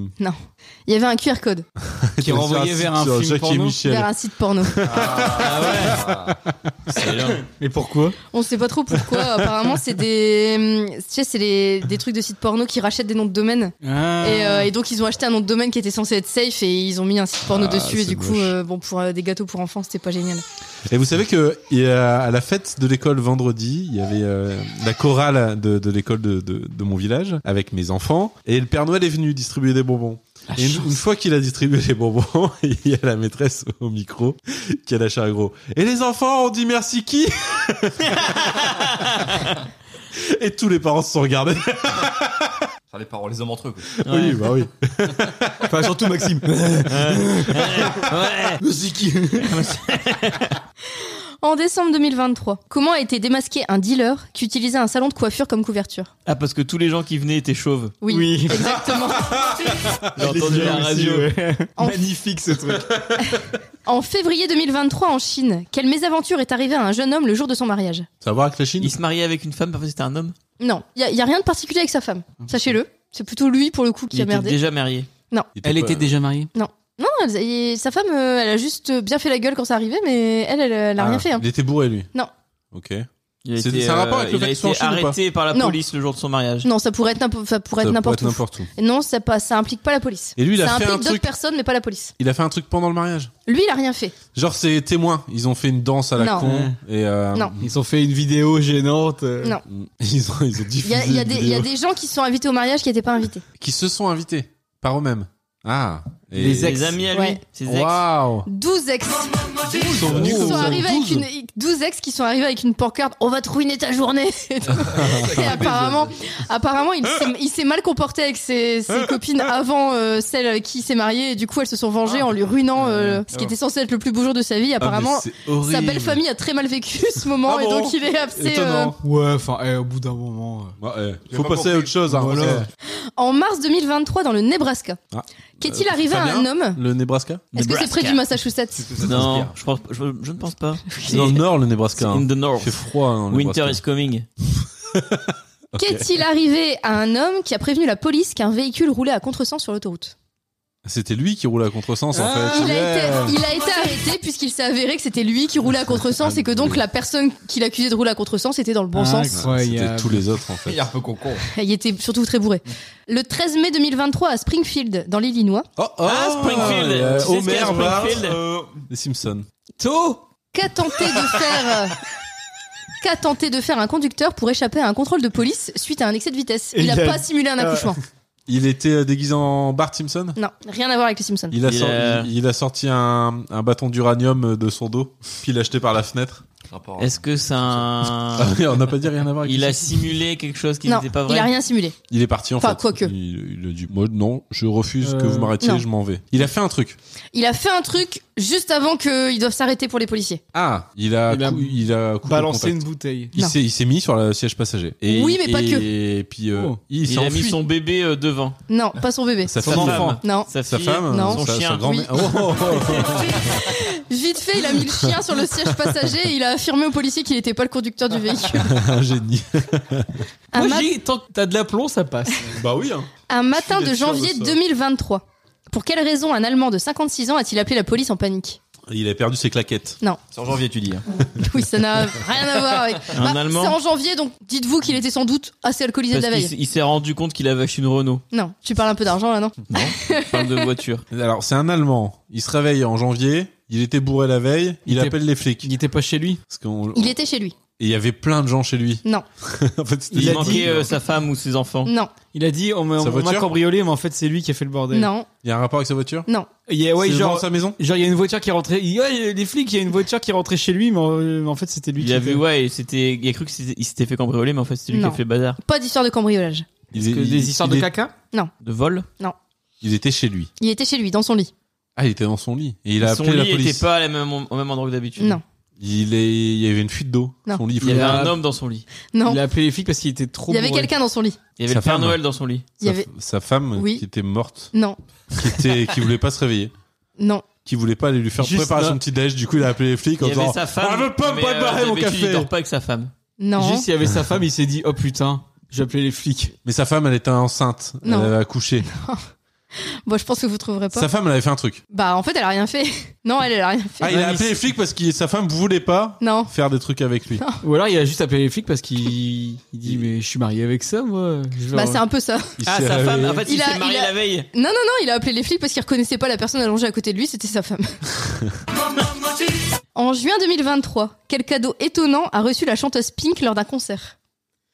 D: Il y avait un QR code
F: Qui renvoyait vers un
C: sur
F: film
C: Jackie et
F: porno.
C: Michel.
D: vers un site porno.
B: C'est énorme.
A: Mais pourquoi
D: On sait pas trop pourquoi. Apparemment, c'est des, hum, tu sais, c'est les- des trucs de sites porno qui rachètent des noms de domaine.
F: Ah.
D: Et, euh, et donc, ils ont acheté un nom de domaine qui était censé être safe et ils ont mis un site porno
C: Ah,
D: dessus. Et
C: c'est
D: du coup,
C: moche.
D: euh, bon, pour euh, des gâteaux pour enfants, c'était pas génial.
C: Et vous savez que il y a- à la fête de l'école vendredi, il y avait euh, la chorale de, de l'école de, de- de mon village avec mes enfants et le Père Noël est venu distribuer des bonbons. Et une, une fois qu'il a distribué les bonbons, il y a la maîtresse au micro qui a lâché un gros. Et les enfants ont dit merci qui Et tous les parents se sont regardés.
E: Enfin, les parents, les hommes entre eux. quoi.
C: Oui, bah oui.
A: Enfin, surtout Maxime.
B: Ouais.
D: En décembre 2023, comment a été démasqué un dealer qui utilisait un salon de coiffure comme couverture
B: Ah, parce que tous les gens qui venaient étaient chauves.
D: Oui, exactement.
B: J'ai entendu la radio.
D: En-
A: Magnifique ce truc.
D: en février 2023, en Chine, quelle mésaventure est arrivée à un jeune homme le jour de son mariage
C: Ça va avec la Chine
B: Il se mariait avec une femme parce que c'était un homme.
D: Non, il y, a rien de particulier avec sa femme.
C: Mmh.
D: Sachez-le. C'est plutôt lui, pour le coup, qui
B: Il
D: a
B: était
D: merdé.
B: déjà marié.
C: Il
F: Elle
C: pas-
F: était déjà mariée.
D: Non, elle- et sa femme, euh, elle a juste bien fait la gueule quand ça arrivait, mais elle, elle, elle a rien
C: Ah,
D: fait. hein.
C: Il était bourré lui.
D: Non.
C: Ok.
B: Il a
C: C'est-
B: été, euh,
C: c'est un rapport avec le
B: il a
C: fait qu'il soit en
B: été
C: Chine ou pas
B: arrêté par la
D: Non.
B: police le jour de son mariage.
D: Non, ça pourrait être n'importe, ça pourrait
C: Ça
D: être
C: pourrait
D: n'importe
C: être
D: où.
C: n'importe où.
D: Et non, ça, pas, ça implique pas la police.
C: Et lui, il
D: ça
C: a fait
D: implique
C: un
D: d'autres
C: truc.
D: personnes, mais pas la police.
C: Il a fait un truc pendant le mariage.
D: Lui, il a rien fait.
C: Genre ses témoins, ils ont fait une danse à la
D: Non.
C: con et euh, Mmh.
D: Non.
F: Mmh. Ils ont fait une vidéo gênante. euh.
D: Non.
C: ils ont ils ont
D: Il
C: diffusé
D: y a, il y a
C: une
D: des, il y
C: vidéo.
D: a des gens qui sont invités au mariage qui n'étaient pas invités.
C: qui se sont invités par eux-mêmes. Ah et
F: Les ex.
B: Ses amis à lui.
D: Ouais.
B: Ses ex.
C: Waouh
D: 12 ex.
C: Ils sont
D: Qui
C: venus comme
D: sont
C: ça.
D: arrivés avec
C: 12.
D: une, 12 ex qui sont arrivés avec une pancarte On va te ruiner ta journée. Et apparemment, apparemment, il s'est- il s'est mal comporté avec ses, ses copines avant euh, celle avec qui il s'est marié. Et du coup, elles se sont vengées en lui ruinant euh, ce qui était censé être le plus beau jour de sa vie.
C: Oh. Ah, mais
D: Apparemment,
C: c'est horrible.
D: Sa belle famille a très mal vécu ce moment
C: Ah
D: et
C: bon
D: donc il est euh, absé.
C: Étonnant.
F: Ouais, enfin, eh, au bout d'un moment. euh,
C: Ouais, ouais.
E: J'ai
C: Faut
E: pas
C: passer à
E: compris.
C: autre chose. Hein,
F: Voilà.
C: parce
D: euh, en mars 2023 dans le Nebraska.
C: Ah.
D: Qu'est-il
C: Euh,
D: arrivé à
C: Fabien
D: un homme
C: que- Le Nebraska
D: Est-ce que c'est près du Massachusetts
B: Non, je, pense, je, je ne pense pas.
C: C'est dans le nord, le
B: C'est
C: Nebraska. hein.
B: in the
C: Il
B: north.
C: fait froid. hein, le
B: Winter
C: Nebraska.
B: is coming.
C: Ok.
D: Qu'est-il arrivé à un homme qui a prévenu la police qu'un véhicule roulait à contresens sur l'autoroute
C: C'était lui qui roulait à contresens en
F: Ah,
C: fait.
D: il, a été,
C: Yeah.
D: il a été arrêté puisqu'il s'est avéré que c'était lui qui roulait à contresens et que donc la personne qu'il accusait de rouler à contresens était dans le
C: Ah,
D: bon sens.
C: C'était
F: Incroyable.
C: tous les autres en fait.
E: Il est un peu concon.
D: Il était surtout très bourré. Le 13 mai 2023 à Springfield dans l'Illinois,
C: Oh, oh,
B: Ah, Springfield.
C: euh,
B: Tu sais ce qu'il y a à
C: Homer va.
B: Springfield
C: Les Simpsons.
B: Tôt
D: Qu'a tenté de faire Qu'a tenté de faire un conducteur pour échapper à un contrôle de police suite à un excès de vitesse
A: Et
D: Il n'a
A: il a-
D: pas simulé
F: Euh,
D: un accouchement.
C: Il était euh, déguisé en Bart Simpson
D: Non, rien à voir avec les Simpsons.
C: Euh. Il a,
B: Il euh,
C: sor-
B: a-
C: il- il a sorti un, un bâton d'uranium de son dos, puis il l'a jeté par la fenêtre.
E: Rapport.
B: Est-ce que c'est
C: Ah
B: un.
C: oui, on n'a pas dit rien à voir avec
B: Il
C: ça.
B: a simulé quelque chose qui
D: non,
B: n'était pas
D: il
B: vrai
D: a rien simulé.
C: Il est parti en
D: Enfin,
C: fait.
D: quoique.
C: Il, il a dit Moi, non, je refuse
F: Euh,
C: que vous m'arrêtiez,
D: non.
C: je m'en vais. Il a fait un truc.
D: Il a fait un truc juste avant qu'ils doivent s'arrêter pour les policiers.
C: Ah, il a,
F: Il a
C: cou- il a coupé
A: balancé
C: le
F: une
C: contact.
F: bouteille.
C: Il
D: Non.
C: s'est, il s'est mis sur le siège passager. Et,
D: Oui, mais pas
C: et-
D: que.
C: Et puis euh,
F: Oh.
C: il s'est
B: Il a
C: enfui.
B: mis son bébé euh, devant.
D: Non, pas son bébé.
C: sa
B: Son
C: femme,
B: enfant. Non.
C: sa
B: fille,
C: femme,
D: Non.
B: son
C: sa,
B: chien.
C: sa grand-mère.
D: Oui.
C: Oh, oh, oh, oh.
D: Vite fait, il a mis le chien sur le siège passager et il a affirmé aux policiers qu'il n'était pas le conducteur du véhicule.
C: un génie.
D: Un, ma-
F: Moi, j'ai tant que t'as de l'aplomb, ça passe.
C: bah oui. Hein.
D: un matin
C: Je
D: de
C: suis sûr de
D: janvier
C: ça.
D: 2023. Pour quelle raison un Allemand de 56 ans a-t-il appelé la police en panique
C: Il a perdu ses claquettes.
E: C'est en janvier, tu dis. hein.
D: Oui, ça n'a rien à voir avec. Bah,
B: Un Allemand.
D: C'est en janvier, donc dites-vous qu'il était sans doute assez alcoolisé
B: Parce
D: de la
B: qu'il
D: veille.
B: s- il s'est rendu compte qu'il avait acheté une Renault.
D: Non, tu parles un peu d'argent là, non
B: On Parle de voiture.
C: Alors, c'est un Allemand. Il se réveille en janvier. Il était bourré la veille. Il,
A: Il était-
C: appelle les flics.
A: Il était pas chez lui.
C: Parce qu'on-
D: Il était chez lui.
C: Et il y avait plein de gens chez lui.
D: Non,
C: en fait, c'était-
B: Il,
G: Il a
B: manquait
G: dit-
B: euh, sa femme ou ses enfants.
D: non,
A: Il a dit on m'a
C: Sa
A: on m'a
C: voiture
A: cambriolé, mais en fait c'est lui qui a fait le bordel.
D: non,
C: Il y a un rapport avec sa voiture
D: non.
A: Il y a- ouais,
C: C'est
A: genre,
C: dans sa maison
A: genre, il y a une voiture qui est rentrée. il dit, ouais, les flics, il y a une voiture qui est rentrée chez lui, mais euh, en fait c'était lui
B: Il
A: qui
B: a
A: était-
B: vu, ouais, et c'était, il a cru qu'il s'était fait cambrioler, mais en fait, c'était lui
D: Non.
B: qui a fait le bazar.
D: Pas d'histoire de cambriolage.
C: il,
A: Parce que
C: il-
A: des histoires
C: il
A: de
C: est-
A: caca
B: De vol.
C: il était chez lui.
D: Il était chez lui, dans son lit.
C: Ah, il était dans son lit. Et il a
B: Son
C: appelé la
B: lit
C: police.
B: était pas à la même- au même endroit que d'habitude.
D: Non,
C: Il, est... il y avait une fuite d'eau.
D: Non.
C: Son lit,
B: Il y avait
C: flottait.
B: un homme dans son lit.
D: non.
A: Il a appelé les flics parce qu'il était trop
D: Il y avait
A: bourré.
D: quelqu'un dans son lit.
B: Il y avait
C: Sa
B: le Père
C: femme.
B: Noël dans son lit.
D: Il y
C: Sa-
D: avait.
C: Sa femme
D: Oui.
C: qui était morte,
D: Non,
C: qui était, qui voulait pas se réveiller,
D: non,
C: qui voulait pas aller lui faire
A: Juste
C: préparer
A: là.
C: son petit déj. Du coup, il a appelé les flics
B: Il
C: en
B: y avait
C: disant
B: sa femme.
C: Ah, veux pas me
B: mais,
C: préparer
B: euh,
C: mon
B: d'habitude,
C: café.
B: Il dort pas avec sa femme.
D: non.
A: Juste, il y avait sa femme, il s'est dit oh putain, j'ai appelé les flics.
C: Mais sa femme, elle était enceinte.
D: Non.
C: Elle avait accouché.
D: Bon, je pense que vous trouverez pas.
C: Sa femme, elle avait fait un truc.
D: Bah, en fait, elle a rien fait. Non, elle, elle a rien fait.
C: Ah, il a appelé les flics parce que sa femme voulait pas
D: Non,
C: faire des trucs avec lui.
A: Ou alors il a juste appelé les flics parce qu'il il dit mais je suis marié avec ça moi. Genre-
D: bah, c'est un peu ça.
C: Il
B: Ah,
C: s'est
B: sa femme,
C: réveillé.
B: en fait,
D: Il
B: il,
D: a-
B: s'est marié
D: il a-
B: la veille.
D: Non, non, non, il a appelé les flics parce qu'il reconnaissait pas la personne allongée à côté de lui, c'était sa femme. en juin 2023, quel cadeau étonnant a reçu la chanteuse Pink lors d'un concert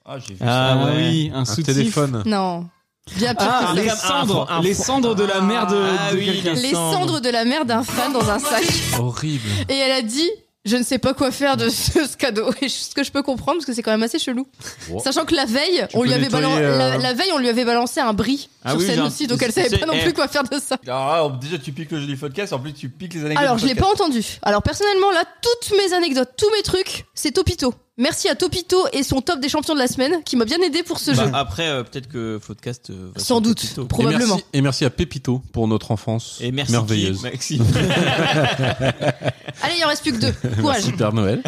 E: Ah, j'ai vu ça.
B: Ah,
A: Ah
B: ouais.
A: oui, un
C: Un
A: soutif.
C: téléphone.
D: Non. Bien pire
A: Ah,
D: que ça.
A: les
B: Un-
A: cendres,
B: un-
A: les cendres de la mère de,
B: Ah,
A: de
B: oui,
A: quelqu'un.
B: les
D: Les cendres de la mère d'un fan dans un sac.
C: Horrible.
D: Et elle a dit Je ne sais pas quoi faire de ce, ce cadeau. Et ce que je peux comprendre, parce que c'est quand même assez chelou.
C: Wow.
D: Sachant que la veille,
C: Tu
D: on
C: peux
D: lui avait
C: nettoyer,
D: balan-
C: euh,
D: la, la veille, on lui avait balancé un bris
B: Ah
D: sur
B: oui,
D: scène
B: j'ai un-
D: aussi, donc elle savait
B: c'est-
D: pas non
B: eh.
D: plus quoi faire de ça.
E: Alors, ah, déjà, tu piques le jeu du podcast, en plus, tu piques les anecdotes.
D: Alors,
E: du
D: je l'ai pas
E: podcast.
D: entendu. Alors, personnellement, là, toutes mes anecdotes, tous mes trucs, c'est Topito. Merci à Topito et son top des champions de la semaine qui m'a bien aidé pour ce
B: Bah,
D: jeu.
B: après, euh, peut-être que Floodcast. euh, va
D: Sans
B: sur
D: doute.
B: Pépito.
D: Pro- Probablement.
C: Et merci, et merci à Pépito pour notre enfance
B: Et merci.
C: merveilleuse.
B: qui Maxime.
D: Allez, il en reste plus que deux. Courage.
C: Merci Père Noël.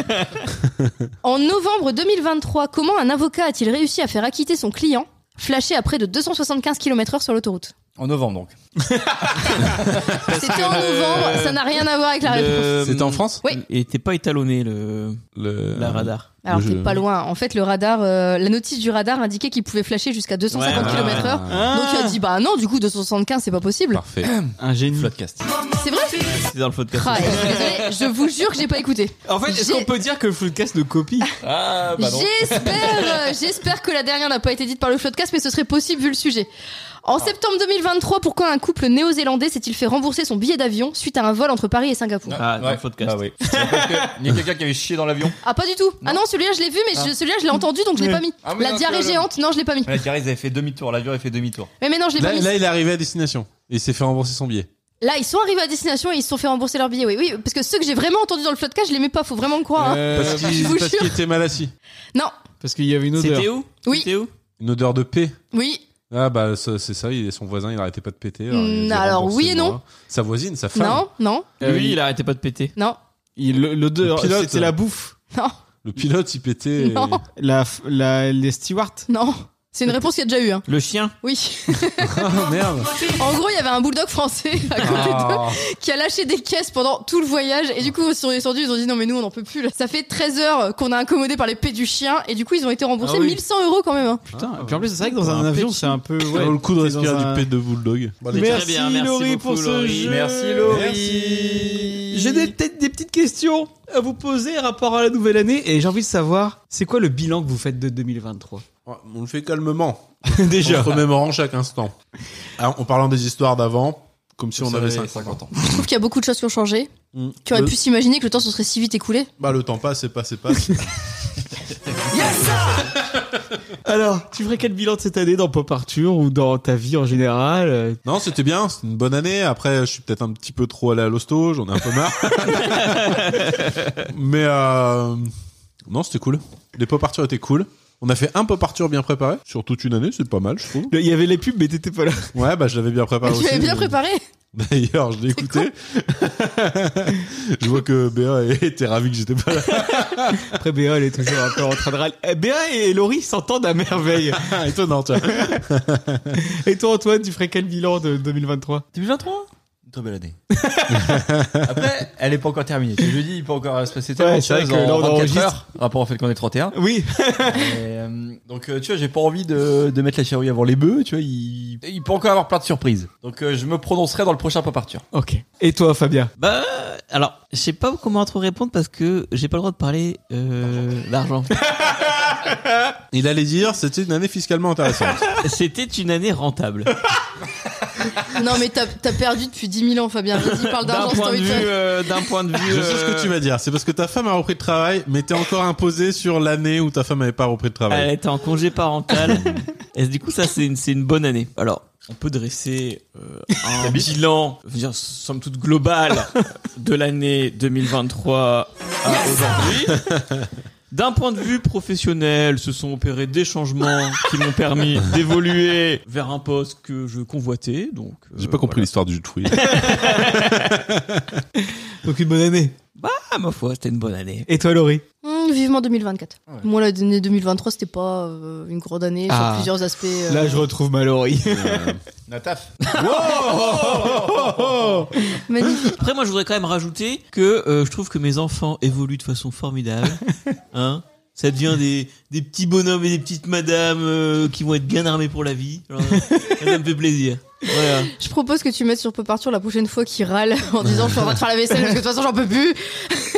D: En novembre 2023, comment un avocat a-t-il réussi à faire acquitter son client flashé à près de 275 km/h sur l'autoroute
E: En novembre, donc.
D: C'était en novembre, ça n'a rien à voir avec la réponse.
B: Euh, Le-
C: C'était en France
D: Oui.
B: Il était pas étalonné, le,
C: Le
B: la radar.
D: Alors
C: le
D: t'es
C: jeu.
D: pas loin. En fait, le radar, euh, la notice du radar indiquait qu'il pouvait flasher jusqu'à 250
B: Ouais,
D: km/h. Donc il a dit bah non, du coup 275 c'est pas possible.
C: Parfait.
A: Un génie.
E: Podcast.
D: C'est vrai
B: C'était dans le podcast.
D: Ah, je suis désolée, je vous jure que j'ai pas écouté.
A: En fait, est-ce
D: J'ai-
A: qu'on peut dire que le podcast le copie
E: Ah, bah non.
D: J'espère, euh, j'espère que la dernière n'a pas été dite par le Floodcast, mais ce serait possible vu le sujet. En septembre 2023, pourquoi un couple néo-zélandais s'est-il fait rembourser son billet d'avion suite à un vol entre Paris et Singapour
B: Ah, dans le podcast.
E: Bah oui. C'est parce que Il y a quelqu'un qui avait chié dans l'avion.
D: Ah pas du tout. Ah non, celui-là je l'ai vu, mais je- celui-là je l'ai entendu donc je l'ai pas mis.
E: Ah oui,
D: La
E: non,
D: diarrhée
E: c'est vrai.
D: géante, non je l'ai pas mis.
E: La carrière, ils avaient fait demi-tour. L'avion avait fait demi-tour.
D: Mais mais non je l'ai pas
C: Là,
D: mis.
C: là, il est arrivé à destination. Et il s'est fait rembourser son billet.
D: Là, ils sont arrivés à destination et ils se sont fait rembourser leur billet. Oui, oui, parce que ceux que j'ai vraiment entendus dans le floodcast, je les mets pas, faut vraiment me croire. hein.
C: Euh, Parce
D: je
C: qu'il
D: vous
C: parce
D: jure.
C: qu'il était mal assis.
D: Non,
A: Parce qu'il y avait une odeur.
B: C'était où
D: Oui.
B: C'était où
C: Une odeur de paix.
D: oui,
C: Ah bah ça- c'est ça, il est son voisin, il arrêtait pas de péter. il a
D: Hmm,
C: dit,
D: alors,
C: remboursez-moi.
D: oui et non.
C: Sa voisine, sa femme.
D: non, non,
A: Euh,
B: Lui,
A: il-
B: il arrêtait pas de péter.
D: non,
A: il- le- L'odeur,
C: Le pilote.
A: c'était la bouffe.
D: non,
C: Le pilote, il pétait. et-
D: Non.
A: La, f- la, les stewards.
D: non. C'est une réponse qu'il y a déjà eu, hein.
B: Le chien.
D: Oui.
C: Ah merde.
D: En gros, il y avait un bulldog français à côté
C: Ah.
D: d'eux qui a lâché des caisses pendant tout le voyage. Et du coup, ils sont descendus, ils ont dit non, mais nous, on n'en peut plus. Là. Ça fait 13 heures qu'on a incommodé par les paix du chien. Et du coup, ils ont été remboursés
A: Ah oui.
D: 1100 euros quand même. hein.
A: Putain,
C: Ah,
A: puis en plus, c'est vrai que dans un,
C: Un
A: avion,
C: petit-
A: c'est un peu.
C: Ça
A: Ouais,
C: vaut le coup de
A: t'es dans
C: respirer
A: un-
C: du pet de bulldog.
B: Très
A: Merci,
B: bien, merci
A: Laurie
B: beaucoup,
A: pour ce
B: Laurie.
A: jeu.
E: Merci, Laurie.
A: Merci. J'ai des- peut-être des petites questions à vous poser rapport à la nouvelle année et j'ai envie de savoir c'est quoi le bilan que vous faites de 2023
C: Ouais, On le fait calmement.
A: Déjà.
C: En se remémorant chaque instant. Alors, en parlant des histoires d'avant, comme si on
E: Ça
C: avait
E: fait
C: 50 ans.
D: Je trouve qu'il y a beaucoup de choses qui ont changé.
C: Hmm.
D: Tu aurais
C: Le-
D: pu s'imaginer que le temps se serait si vite écoulé.
C: Bah le temps passe et passe et passe.
A: Alors, Ah, tu ferais quel bilan de cette année dans Pop Arthur ou dans ta vie en général euh,
C: non, c'était bien, c'était une bonne année. Après, je suis peut-être un petit peu trop allé à l'hosto, j'en ai un peu marre. Mais euh, non, c'était cool. Les pop Arthur étaient cool. On a fait un pop Arthur bien préparé sur toute une année, c'est pas mal, je trouve.
A: Il y avait les pubs, mais t'étais pas là.
C: Ouais, bah je l'avais bien préparé
D: tu
C: aussi.
D: l'avais bien
C: mais-
D: préparé.
C: D'ailleurs, je l'ai
D: C'est
C: écouté. je vois que Béa était ravie que j'étais pas là.
A: Après, Béa, elle est toujours un peu en train de râler. Eh, Béa et Laurie s'entendent à merveille.
C: Étonnant, tu vois.
A: Et toi, Antoine, tu ferais quel bilan de 2023
E: 2023 une très belle
C: ben,
E: année. Après, elle est pas encore terminée. Je dis, il peut encore se passer tellement
A: Ouais,
E: de
A: c'est vrai
E: choses
A: que là,
E: en
A: on
E: 24
A: enregistre.
E: heures, rapport au fait qu'on est 31.
A: Oui,
E: Et, euh, donc euh, tu vois, j'ai pas envie de, de mettre la charrue avant les bœufs, tu vois, il, il peut encore avoir plein de surprises. Donc euh, je me prononcerai dans le prochain Pop Arthur.
A: ok. Et toi, Fabien
B: Bah, alors, je sais pas comment trop répondre parce que j'ai pas le droit de parler euh, d'argent.
C: Il allait dire c'était une année fiscalement intéressante.
B: C'était une année rentable.
D: Non, mais t'as t'as perdu depuis 10 000 ans, Fabien. Vas-y, parle
B: D'un
D: d'argent, c'est
B: point, de
D: envie
B: vue,
D: de faire-
B: euh, d'un point de vue.
C: Je sais ce
B: euh,
C: que tu vas dire. C'est parce que ta femme a repris le travail, mais t'es encore imposé sur l'année où ta femme avait pas repris le travail.
B: Elle était Ah, en congé parental. Et du coup, ça, c'est une, c'est une bonne année. Alors, on peut dresser euh, un bilan, je veux dire, somme toute globale, de l'année 2023 à aujourd'hui. D'un point de vue professionnel, se sont opérés des changements qui m'ont permis d'évoluer vers un poste que je convoitais. Donc, euh,
C: J'ai pas compris l'histoire du jus de fruits.
A: Donc une bonne année.
B: voilà. Ah, ma foi, c'était une bonne année.
A: Et toi, Laurie
D: Hum, vivement 2024.
E: Ah
D: Moi, l'année 2023, c'était pas euh, une grande année
A: Ah.
D: sur plusieurs aspects. euh,
A: Là, je retrouve ma Laurie.
E: Nataf.
D: magnifiques.
B: Oh, Après, moi, je voudrais quand même rajouter que euh, je trouve que mes enfants évoluent de façon formidable. Hein ça devient des, des petits bonhommes et des petites madames euh, qui vont être bien armés pour la vie. Alors, ça ça me fait plaisir. Voilà.
D: Je propose que tu mettes sur Pop Arthur la prochaine fois qu'il râle en disant je suis en train de faire la vaisselle parce que de toute façon, j'en peux plus.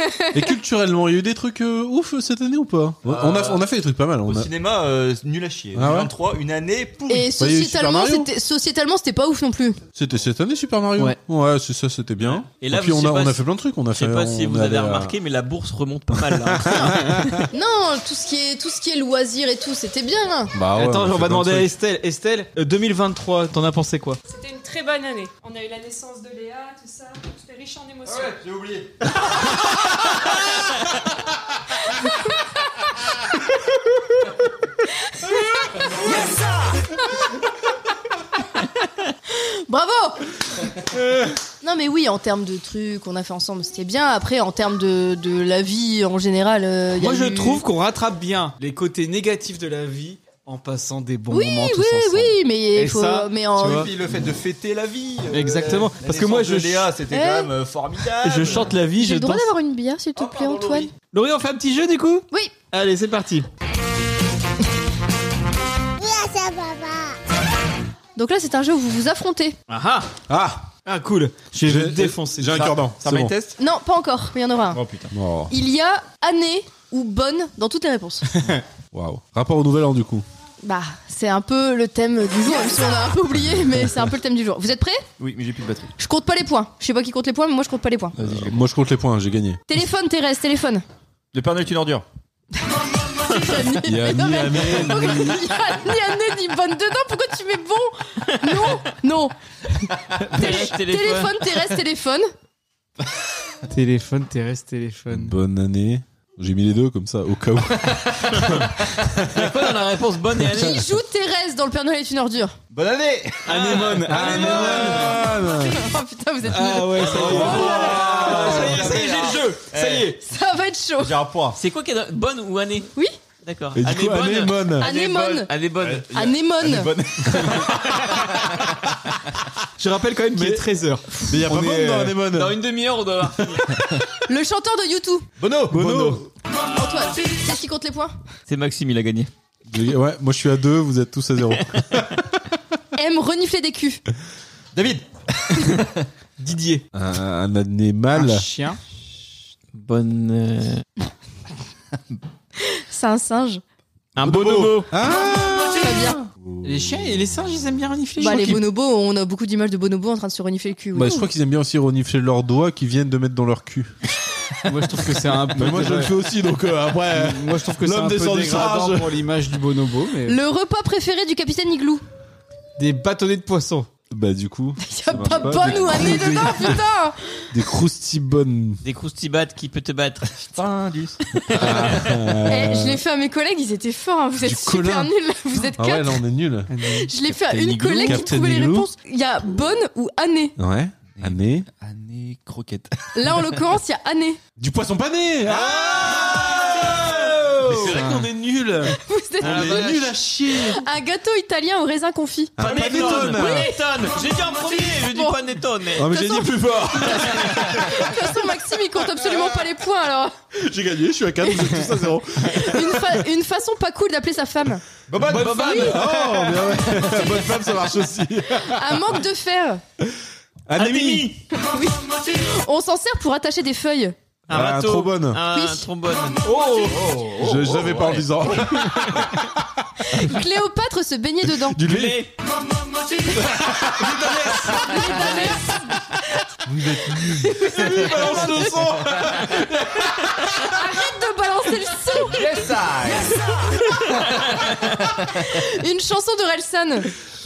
C: Et culturellement, il y a eu des trucs euh, ouf cette année ou pas on, a, on a fait des trucs pas mal.
E: Euh, Au
C: On a-
E: cinéma, euh, nul à chier.
C: Ah ouais
E: 23, une année pour
C: Bah, il y a
D: Et
C: eu Super
D: sociétalement,
C: Mario.
D: c'était- sociétalement, c'était pas ouf non plus.
C: C'était cette année Super Mario
B: Ouais.
C: c'est ça, c'était bien.
B: Et
C: Et,
B: là,
C: puis
B: je
C: on
B: sais
C: a,
B: pas
C: on a
B: si-
C: fait plein de trucs. On a
B: Je sais
C: fait-
B: pas si
C: on euh,
B: vous
C: allait
B: avez
C: à-
B: remarqué, mais la bourse remonte pas mal. hein. Là.
C: Ah.
D: Non, tout ce qui est, tout ce qui est loisirs et tout, c'était bien. hein.
C: Bah ouais,
A: Attends,
C: on a
A: on
C: fait
A: va
C: plein de
A: demander à
C: trucs.
A: Estelle. Estelle, euh, 2023, t'en as pensé quoi
H: C'était une très bonne année. On a eu la naissance de Léa, tout ça. C'était riche en émotions.
E: Ah j'ai oublié.
D: Bravo Euh. Non mais oui, en termes de trucs qu'on a fait ensemble, c'était bien. Après, en termes de, de la vie en général, euh, y a
A: Moi, je
D: eu-
A: trouve qu'on rattrape bien les côtés négatifs de la vie en passant des bons
D: Oui,
A: moments tous
D: oui,
A: ensemble.
D: oui, mais
A: Et
D: il faut,
A: ça,
D: mais en-
A: tu vois.
E: Et puis le fait de fêter la vie. euh,
A: Exactement.
E: la
A: Parce que moi,
E: naissance
A: je-
E: de Léa, c'était
D: Eh.
E: quand même euh, formidable.
A: Je chante la vie,
D: j'ai
A: je
D: le droit
A: danse.
D: d'avoir une bière, s'il te
E: Oh,
D: plaît,
E: pardon,
D: Antoine.
E: Laurie.
A: Laurie, on fait un petit jeu du coup
D: Oui.
A: Allez, c'est parti.
D: Donc là, c'est un jeu où vous vous affrontez.
A: Ah ah
C: Ah,
A: Ah, cool. Je vais défoncer.
C: J'ai un cure-dent.
E: Ça
C: c'est
E: m'a
C: bon.
E: test
D: Non, pas encore, mais il y en aura un.
E: Oh putain.
C: Oh,
D: Il y a année ou bonne dans toutes les réponses.
C: waouh. Rapport au nouvel an du coup.
D: bah, c'est un peu le thème du jour, même si on a un peu oublié, mais c'est un peu le thème du jour. Vous êtes prêts
E: Oui, mais j'ai plus de batterie.
D: Je compte pas les points. Je sais pas qui compte les points, mais moi je compte pas les points.
E: Vas-y, je
C: Euh, Moi je compte les points, j'ai gagné.
D: Téléphone, Thérèse, téléphone.
E: Le Père Noël est une ordure.
C: Il y a
D: Non,
C: ni
D: mais-
C: année,
D: Pourquoi il y a ni année ni bonne dedans Pourquoi tu mets bon Non, non.
B: Télé- téléphone.
D: Téléphone, Thérèse, téléphone.
A: Téléphone, terrestre, téléphone.
C: Bonne année. J'ai mis les deux comme ça, au cas où.
B: C'est quoi dans la réponse bonne et année
D: Qui joue Thérèse dans Le Père Noël est une ordure
E: Bonne année
A: Anémone,
C: Ah,
A: anémone.
D: Oh putain, vous êtes nuls.
A: Ah ouais, ça
D: Oh
A: y est. Ah, ça y est, ça y est, j'ai le jeu. Ça y est.
D: Ça va être chaud.
E: J'ai un point.
B: Eh. C'est quoi qui est dans- bonne ou année
D: Oui.
B: D'accord.
C: Et du
B: année
C: coup,
B: bonne.
C: année bonne.
D: Anémone.
B: Année bonne.
D: Anémone.
E: Bonne.
A: Je rappelle quand même qu'il est 13h.
C: Mais il y a pas
A: On est,
C: bonne dans
A: euh,
C: année
B: Dans
C: bonne.
B: une demi-heure, on doit avoir fini.
D: Le chanteur de YouTube.
E: Bono
C: Bono.
D: Antoine, c'est qui compte les points
B: C'est Maxime, il a gagné.
C: J'ai- Ouais, moi je suis à deux, vous êtes tous à zéro.
D: Aime renifler des culs.
E: David
A: Didier.
C: un, un animal.
A: Un chien.
B: Bonne. euh,
D: C'est un singe.
B: Un bonobo.
A: Hein
C: Ah
D: Pas bien.
A: Les chiens et les singes, ils aiment bien renifler.
D: Bah, les
A: bonhommes.
D: bonobos, on a beaucoup d'images de bonobos en train de se renifler le cul.
C: bah, je crois qu'ils aiment bien aussi renifler leurs doigts qu'ils viennent de mettre dans leur cul.
A: Moi, je trouve que c'est un peu.
C: Mais moi je le fais aussi donc euh, après.
A: Moi, je trouve que c'est
C: L'homme
A: un peu
C: descend du
A: dégradant
C: singe.
A: pour l'image du bonobo, mais
D: Le repas préféré du capitaine Igloo.
C: Ah
A: des bâtonnets de poisson.
C: Bah du coup,
D: Y a
C: marche
D: pas
C: pas,
D: bonne
C: mais-
D: ou année dedans, putain
C: des croustibonnes.
B: Des croustibates qui peut te battre. Ah.
D: Eh, je l'ai fait à mes collègues, ils étaient forts. hein. Vous êtes
C: Euh. du
D: super
C: colin.
D: nuls, là. vous êtes
C: Ah
D: quatre.
C: ouais, là on est nul.
D: je l'ai fait à
E: Captain
D: une
E: Igloo.
D: collègue qui
C: Captain
D: trouvait les
C: Igloo.
D: réponses. Il y a bonne ou année.
C: Ouais. Année.
E: Année croquette.
B: hein
D: Là, en l'occurrence, il y a année.
C: Du poisson pané. Ah
E: C'est
B: C'est vrai qu'on est nuls.
D: Vous êtes
B: On est nuls Ah, à chier.
D: un gâteau italien au raisin confit.
B: Panettone. Panettone. J'ai dit en premier, je dis
D: Bon.
B: panettone. mais-
C: Oh, mais
D: De
C: j'ai
D: toute
C: dit plus fort
D: De toute façon, Maxime, il compte absolument pas les points alors.
C: J'ai gagné, je suis à 4, vous êtes tous à 0.
D: Une, fa- une façon pas cool d'appeler sa femme.
C: Boban Bonne
D: Oui.
C: femme, Ah, bonne femme, ça marche aussi.
D: Un manque de fer.
C: Anémie
D: On s'en sert pour attacher des feuilles.
B: Un
C: Ah,
B: râteau.
C: trop bonne. Oh,
B: Un
D: Oui.
B: trombone.
C: Je J'avais pas en disant.
D: Cléopâtre se baignait dedans.
C: Du lait.
B: Blé.
C: Balance le sang
D: Arrête de balancer le son. Une chanson de Relsan.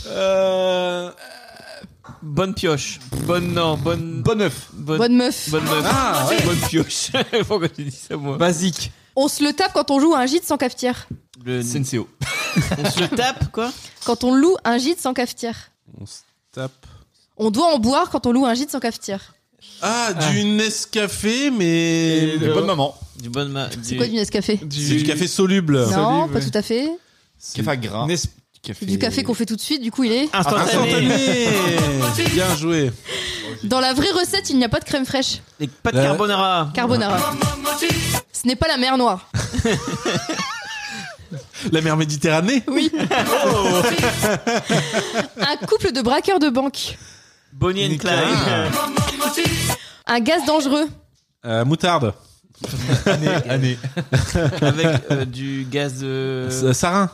B: Euh, Bonne pioche. Bonne non. Bonne.
E: Bon neuf.
B: Bonne.
D: Bonne meuf.
B: Bonne meuf.
C: Ah, ouais.
B: Bonne pioche. Pourquoi tu dis ça moi
F: Basique.
D: On se le tape quand on loue un gîte sans cafetière.
B: Le-
E: Senseo.
B: On se le tape quoi
D: Quand on loue un gîte sans cafetière.
C: On se tape.
D: On doit en boire quand on loue un gîte sans cafetière.
C: Ah, du Nescafé, mais.
E: Bonne maman.
B: Du bonne. ma-
D: C'est
B: du-
D: quoi du Nescafé
C: C'est du café soluble.
D: Non,
F: Salut,
D: pas
F: ouais.
D: tout à fait.
C: C'est
E: Café à grain.
F: Nes-
D: C'est du café qu'on fait tout de suite, du coup il est.
B: Instantané.
C: Ah, Instantané
B: Eh.
C: Bien joué.
D: Dans la vraie recette, il n'y a pas de crème fraîche.
B: Les pâtes
C: Euh,
D: Ah.
B: carbonara.
D: Carbonara. Ce n'est pas la mer noire.
C: La mer Méditerranée
D: Oui. Un couple de braqueurs de banque.
B: Bonnie and
C: Nicolas.
B: Clyde.
D: Un gaz dangereux.
C: Euh, Moutarde.
E: Année.
B: Avec euh, du gaz. euh,
C: S- Sarin.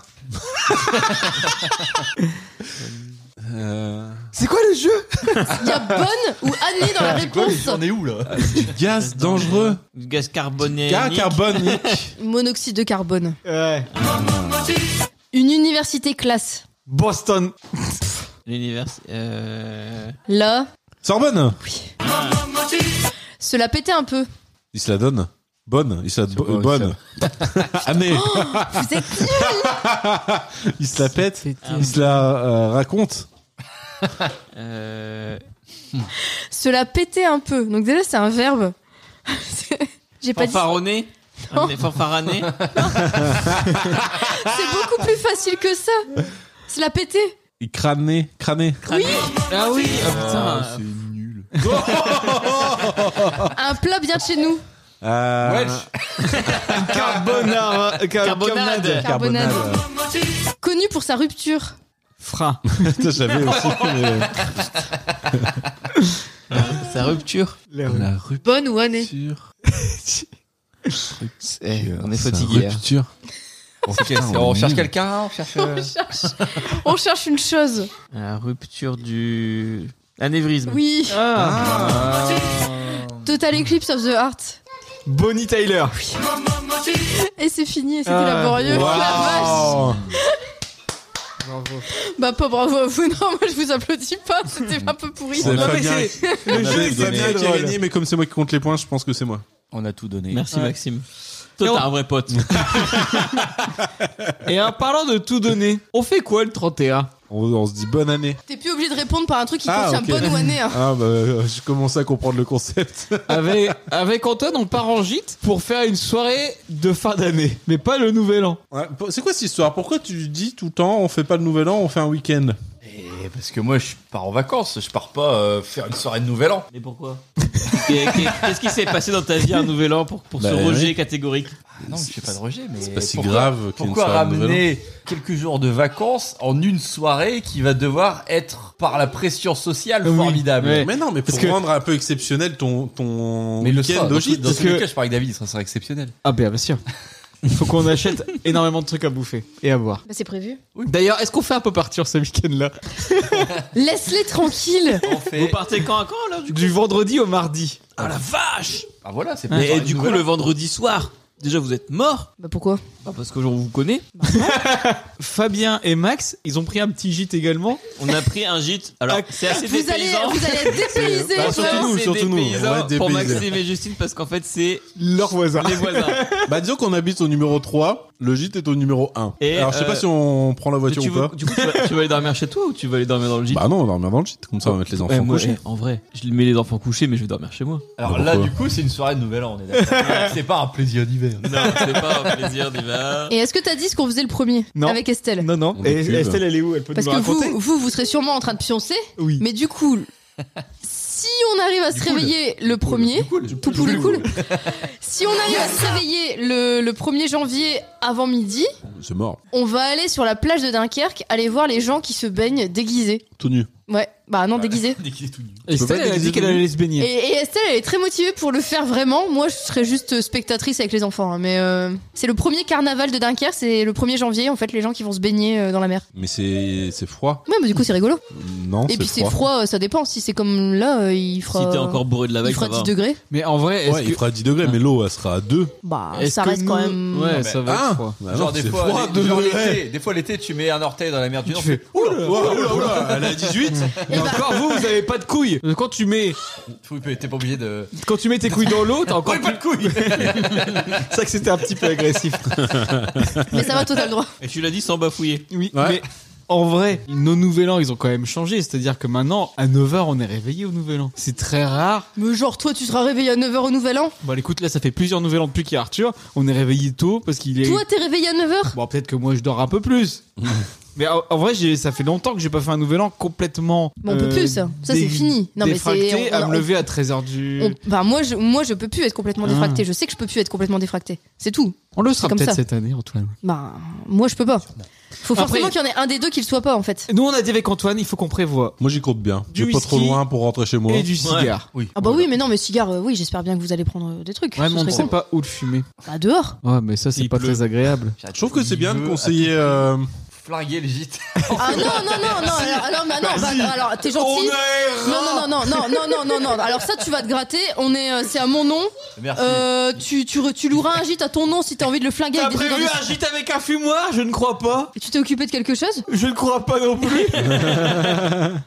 C: Euh,
F: C'est quoi le jeu
D: Il y a bonne ou Annie dans la réponse.
E: On est où là
C: Ah, du gaz dangereux.
B: Du gaz carboné.
C: Gaz carbonique.
D: Monoxyde de carbone.
F: Ouais.
D: Une université classe.
F: Boston.
B: L'univers. euh,
D: Là,
C: Sorbonne.
D: cela pétait un peu.
C: Il se la donne. Bonne. Il se la bo- bonne. Année.
D: Oh Vous êtes
C: Il se la pète. Il se la euh, raconte.
B: euh,
D: Cela pétait un peu. Donc déjà c'est un verbe. J'ai pas dit. Oh.
B: Fanfaronné.
D: Non.
B: Année Fanfaronné.
D: C'est beaucoup plus facile que ça. Cela pétait.
C: Il crâne. Crâné.
B: Crané. Ah oui. Ah putain.
E: nul.
D: Un plat bien de chez nous.
C: Euh,
E: Welsh.
F: Carbonara. car-
B: Carbonade.
D: euh, Carbonade. Connu pour sa rupture.
F: Frein.
C: Putain, j'avais aussi. mais- euh.
B: Euh, Sa rupture.
C: La rupture.
D: Bonne ou année.
B: on est fatigué. hein.
C: Rupture.
E: On cherche quelqu'un On cherche. euh,
D: On cherche, on cherche une chose.
B: La rupture du. Anévrisme.
D: Oui.
E: Ah.
D: Total Eclipse of the Heart.
F: Bonnie Tyler.
D: Et c'est fini, et c'était
F: Ah.
D: laborieux. La vache.
C: Wow.
D: Bah pas bravo à vous, non, moi je vous applaudis pas, c'était un peu pourri.
C: C'est
F: Non, mais
C: Fabien,
F: c'est-
C: le
E: avait
C: jeu est
E: donné.
C: Fabien qui a gagné, mais comme c'est moi qui compte les points, je pense que c'est moi.
E: On a tout donné.
B: Merci
F: Ouais.
B: Maxime. Toi
F: Et on-
B: t'as un vrai pote.
F: Et en parlant de tout donner, on fait quoi le 31
C: On, on se dit bonne année.
D: T'es plus obligé de répondre par un truc qui
C: Ah,
D: contient
C: ok.
D: bonne ou année. hein.
C: Ah bah, euh, je commence à comprendre le concept.
F: avec, avec Antoine, on part en gîte pour faire une soirée de fin d'année, mais pas le nouvel an.
C: Ouais, pour- c'est quoi cette histoire Pourquoi tu dis tout le temps on fait pas le nouvel an, on fait un week-end
E: Et parce que moi, je pars en vacances. Je pars pas euh, faire une soirée de Nouvel An.
B: Mais pourquoi Qu'est-ce qui s'est passé dans ta vie un nouvel an pour, pour
C: Bah,
B: ce
C: oui.
B: rejet catégorique
E: Ah non, je sais pas de rejet, mais.
C: C'est pas si grave qu'il y ait une
E: Pourquoi
C: soirée de nouvel an.
E: ramener quelques jours de vacances en une soirée qui va devoir être par la pression sociale
F: Oui,
E: formidable
F: ouais.
C: Mais non, mais pour
F: Parce que-
C: rendre un peu exceptionnel ton, ton
E: Mais le
C: week-end
E: sera, dans,
C: au
E: tous-
C: gîte.
E: dans tous
F: que-
E: les cas, je parle avec David, il sera, sera exceptionnel.
F: Ah bah bien sûr. Il faut qu'on achète énormément de trucs à bouffer et à boire.
D: Bah c'est prévu.
F: D'ailleurs, est-ce qu'on fait un peu partir ce week-end-là
D: Laisse-les tranquilles.
E: On
B: Vous
E: fait...
B: partez quand à quand là du coup
F: Du vendredi au mardi.
B: Ah la vache
E: Ah voilà, c'est pas une
B: Mais
E: soirée de
B: du coup
E: Nouvel
B: le
E: An.
B: vendredi soir, déjà vous êtes mort,
D: Bah pourquoi Bah,
B: pas parce que genre, on vous connaît.
F: Fabien et Max, ils ont pris un petit gîte également.
B: On a pris un gîte. Alors
F: Ah,
B: c'est assez
D: vous allez,
B: dépaysant.
D: vous allez être dépaysés,
C: bah,
D: vraiment.
C: surtout nous,
B: C'est
C: surtout nous.
B: dépaysant
C: On va être
B: pour
C: dépaysés.
B: Maxime et Justine parce qu'en fait c'est
F: Leur voisin.
B: les voisins.
C: Bah disons qu'on habite au numéro 3, le gîte est au numéro 1.
B: Et,
C: Alors je sais
B: euh,
C: pas si on prend la
B: Tu
C: voiture ou
B: veux-
C: pas.
B: du coup, tu vas, tu vas aller dormir chez toi ou tu vas aller dormir dans le gîte
C: Bah non, on va dormir dans le gîte, comme ça on va mettre les
B: Ouais,
C: enfants
B: moi,
C: couchés.
B: eh, En vrai, je mets les enfants couchés mais je vais dormir chez moi.
E: Alors
C: Mais
E: là,
C: pourquoi
E: du coup, c'est une soirée de Nouvel An, on est d'accord. c'est pas un plaisir d'hiver.
C: plaisir.
B: Non, c'est pas un plaisir d'hiver.
D: Et est-ce que t'as dit ce qu'on faisait le premier
I: Non.
D: avec Estelle
I: Non, non.
C: On euh.
I: Et
C: décuve.
I: Estelle, elle est où Elle peut
D: Parce
I: nous
D: que
I: le raconter
D: vous, vous, vous serez sûrement en train de pioncer.
I: Oui.
D: Mais du coup, si on arrive à se réveiller le premier, tout poule le cool. Si on arrive à se réveiller le, le 1er janvier avant midi,
C: C'est mort.
D: on va aller sur la plage de Dunkerque, aller voir les gens qui se baignent déguisés.
C: Tout nu.
D: Ouais, bah non, déguisés.
I: Estelle, elle a dit qu'elle allait se
D: Et,
I: baigner.
D: et Estelle, elle est très motivée pour le faire vraiment. Moi, je serais juste spectatrice avec les enfants. hein, mais euh, c'est le premier carnaval de Dunkerque, c'est le 1er janvier, en fait, les gens qui vont se baigner euh, dans la mer.
C: Mais c'est c'est froid.
D: Ouais, mais du coup, c'est rigolo.
C: Non,
D: Et
C: Hein, c'est
D: puis c'est
C: froid.
D: froid, euh, ça dépend. Si c'est comme là, euh, il fera.
B: Si t'es encore bourré de la
D: il
B: veille,
D: fera
B: ça
D: 10
B: va.
D: degrés.
A: Mais en vrai,
C: Ouais,
A: est-ce
C: il
A: que.
C: fera 10 degrés, mais l'eau, elle sera à 2.
D: Bah,
A: est-ce
D: ça
A: que
D: reste quand
A: nous-
D: même.
A: Ouais,
E: mais- hein
A: ça va être
C: Ah
A: froid.
E: Genre, des
C: c'est
E: fois,
C: froid
E: des-
C: de
E: genre
C: degrés.
E: l'été, des fois, l'été, tu mets un orteil dans la mer du Nord.
A: Tu fais.
C: Oula, oula, oula, Oh elle a 18.
D: Et bah,
A: Encore vous, vous avez pas de couilles. Quand tu mets,
E: tu fais- T'es pas obligé de.
A: quand tu mets tes couilles dans l'eau, t'as encore.
E: pas de couilles
I: C'est vrai que c'était un petit peu agressif.
D: mais ça va, toi, t'as le droit.
B: Et tu l'as dit sans bafouiller.
A: Oui,
C: Ouais.
A: mais en vrai, nos nouvel an, ils ont quand même changé. C'est-à-dire que maintenant, à 9h, on est réveillé au nouvel an. C'est très rare.
D: Mais Euh, genre, toi, tu seras réveillé à 9h au nouvel an.
A: Bon, écoute, là, ça fait plusieurs nouvel an depuis qu'il y a Arthur. On est réveillé tôt parce qu'il est.
D: Toi, t'es réveillé à 9h
A: Bon, peut-être que moi, je dors un peu plus. mais en, en vrai, j'ai- ça fait longtemps que j'ai pas fait un nouvel an complètement. euh,
D: Mais on peut plus, ça. Ça, c'est
A: dé-
D: fini. Non, mais c'est-
A: défracté
D: on-
A: à
D: on-
A: me lever à 13h du.
D: On- Bah, moi je, moi, je peux plus être complètement
A: Ah.
D: défracté. Je sais que je peux plus être complètement défracté. C'est tout.
A: On le sera
D: C'est comme
A: peut-être
D: ça.
A: cette année, Antoine.
D: Bah, moi, je peux pas. Faut
A: Après-
D: forcément qu'il y en ait un des deux qui le soit pas, en fait.
A: Nous, on a dit avec Antoine, il faut qu'on prévoie.
C: Moi, j'y compte bien.
A: Du
C: Je suis pas trop
A: whisky
C: loin pour rentrer chez moi.
A: Et du cigare.
D: Ah, bah oui, mais non, mais cigare, euh, oui, j'espère bien que vous allez prendre euh, des trucs.
A: Ouais,
D: Ce
A: mais on ne
D: serait
A: sait
D: con.
A: pas où le fumer.
D: Bah, dehors.
A: Ouais, mais ça,
B: Il
A: c'est pas
B: pleut.
A: très agréable.
C: Je trouve que c'est bien de conseiller. euh,
E: Flarguer les gîtes.
D: Ah non, non, non, non, alors, alors, mais non, bah, alors t'es gentil. Non, non, non, non, non, non, non, non, non. Alors ça, tu vas te gratter. On est, euh, c'est à mon nom.
E: Merci.
D: Euh, tu, tu, re- tu loueras un gîte à ton nom si t'as envie de le flinguer. Avec des trucs dans des-
A: gîte avec un fumoir Je ne crois pas.
D: Tu t'es occupé de quelque chose
A: Je ne crois pas non plus.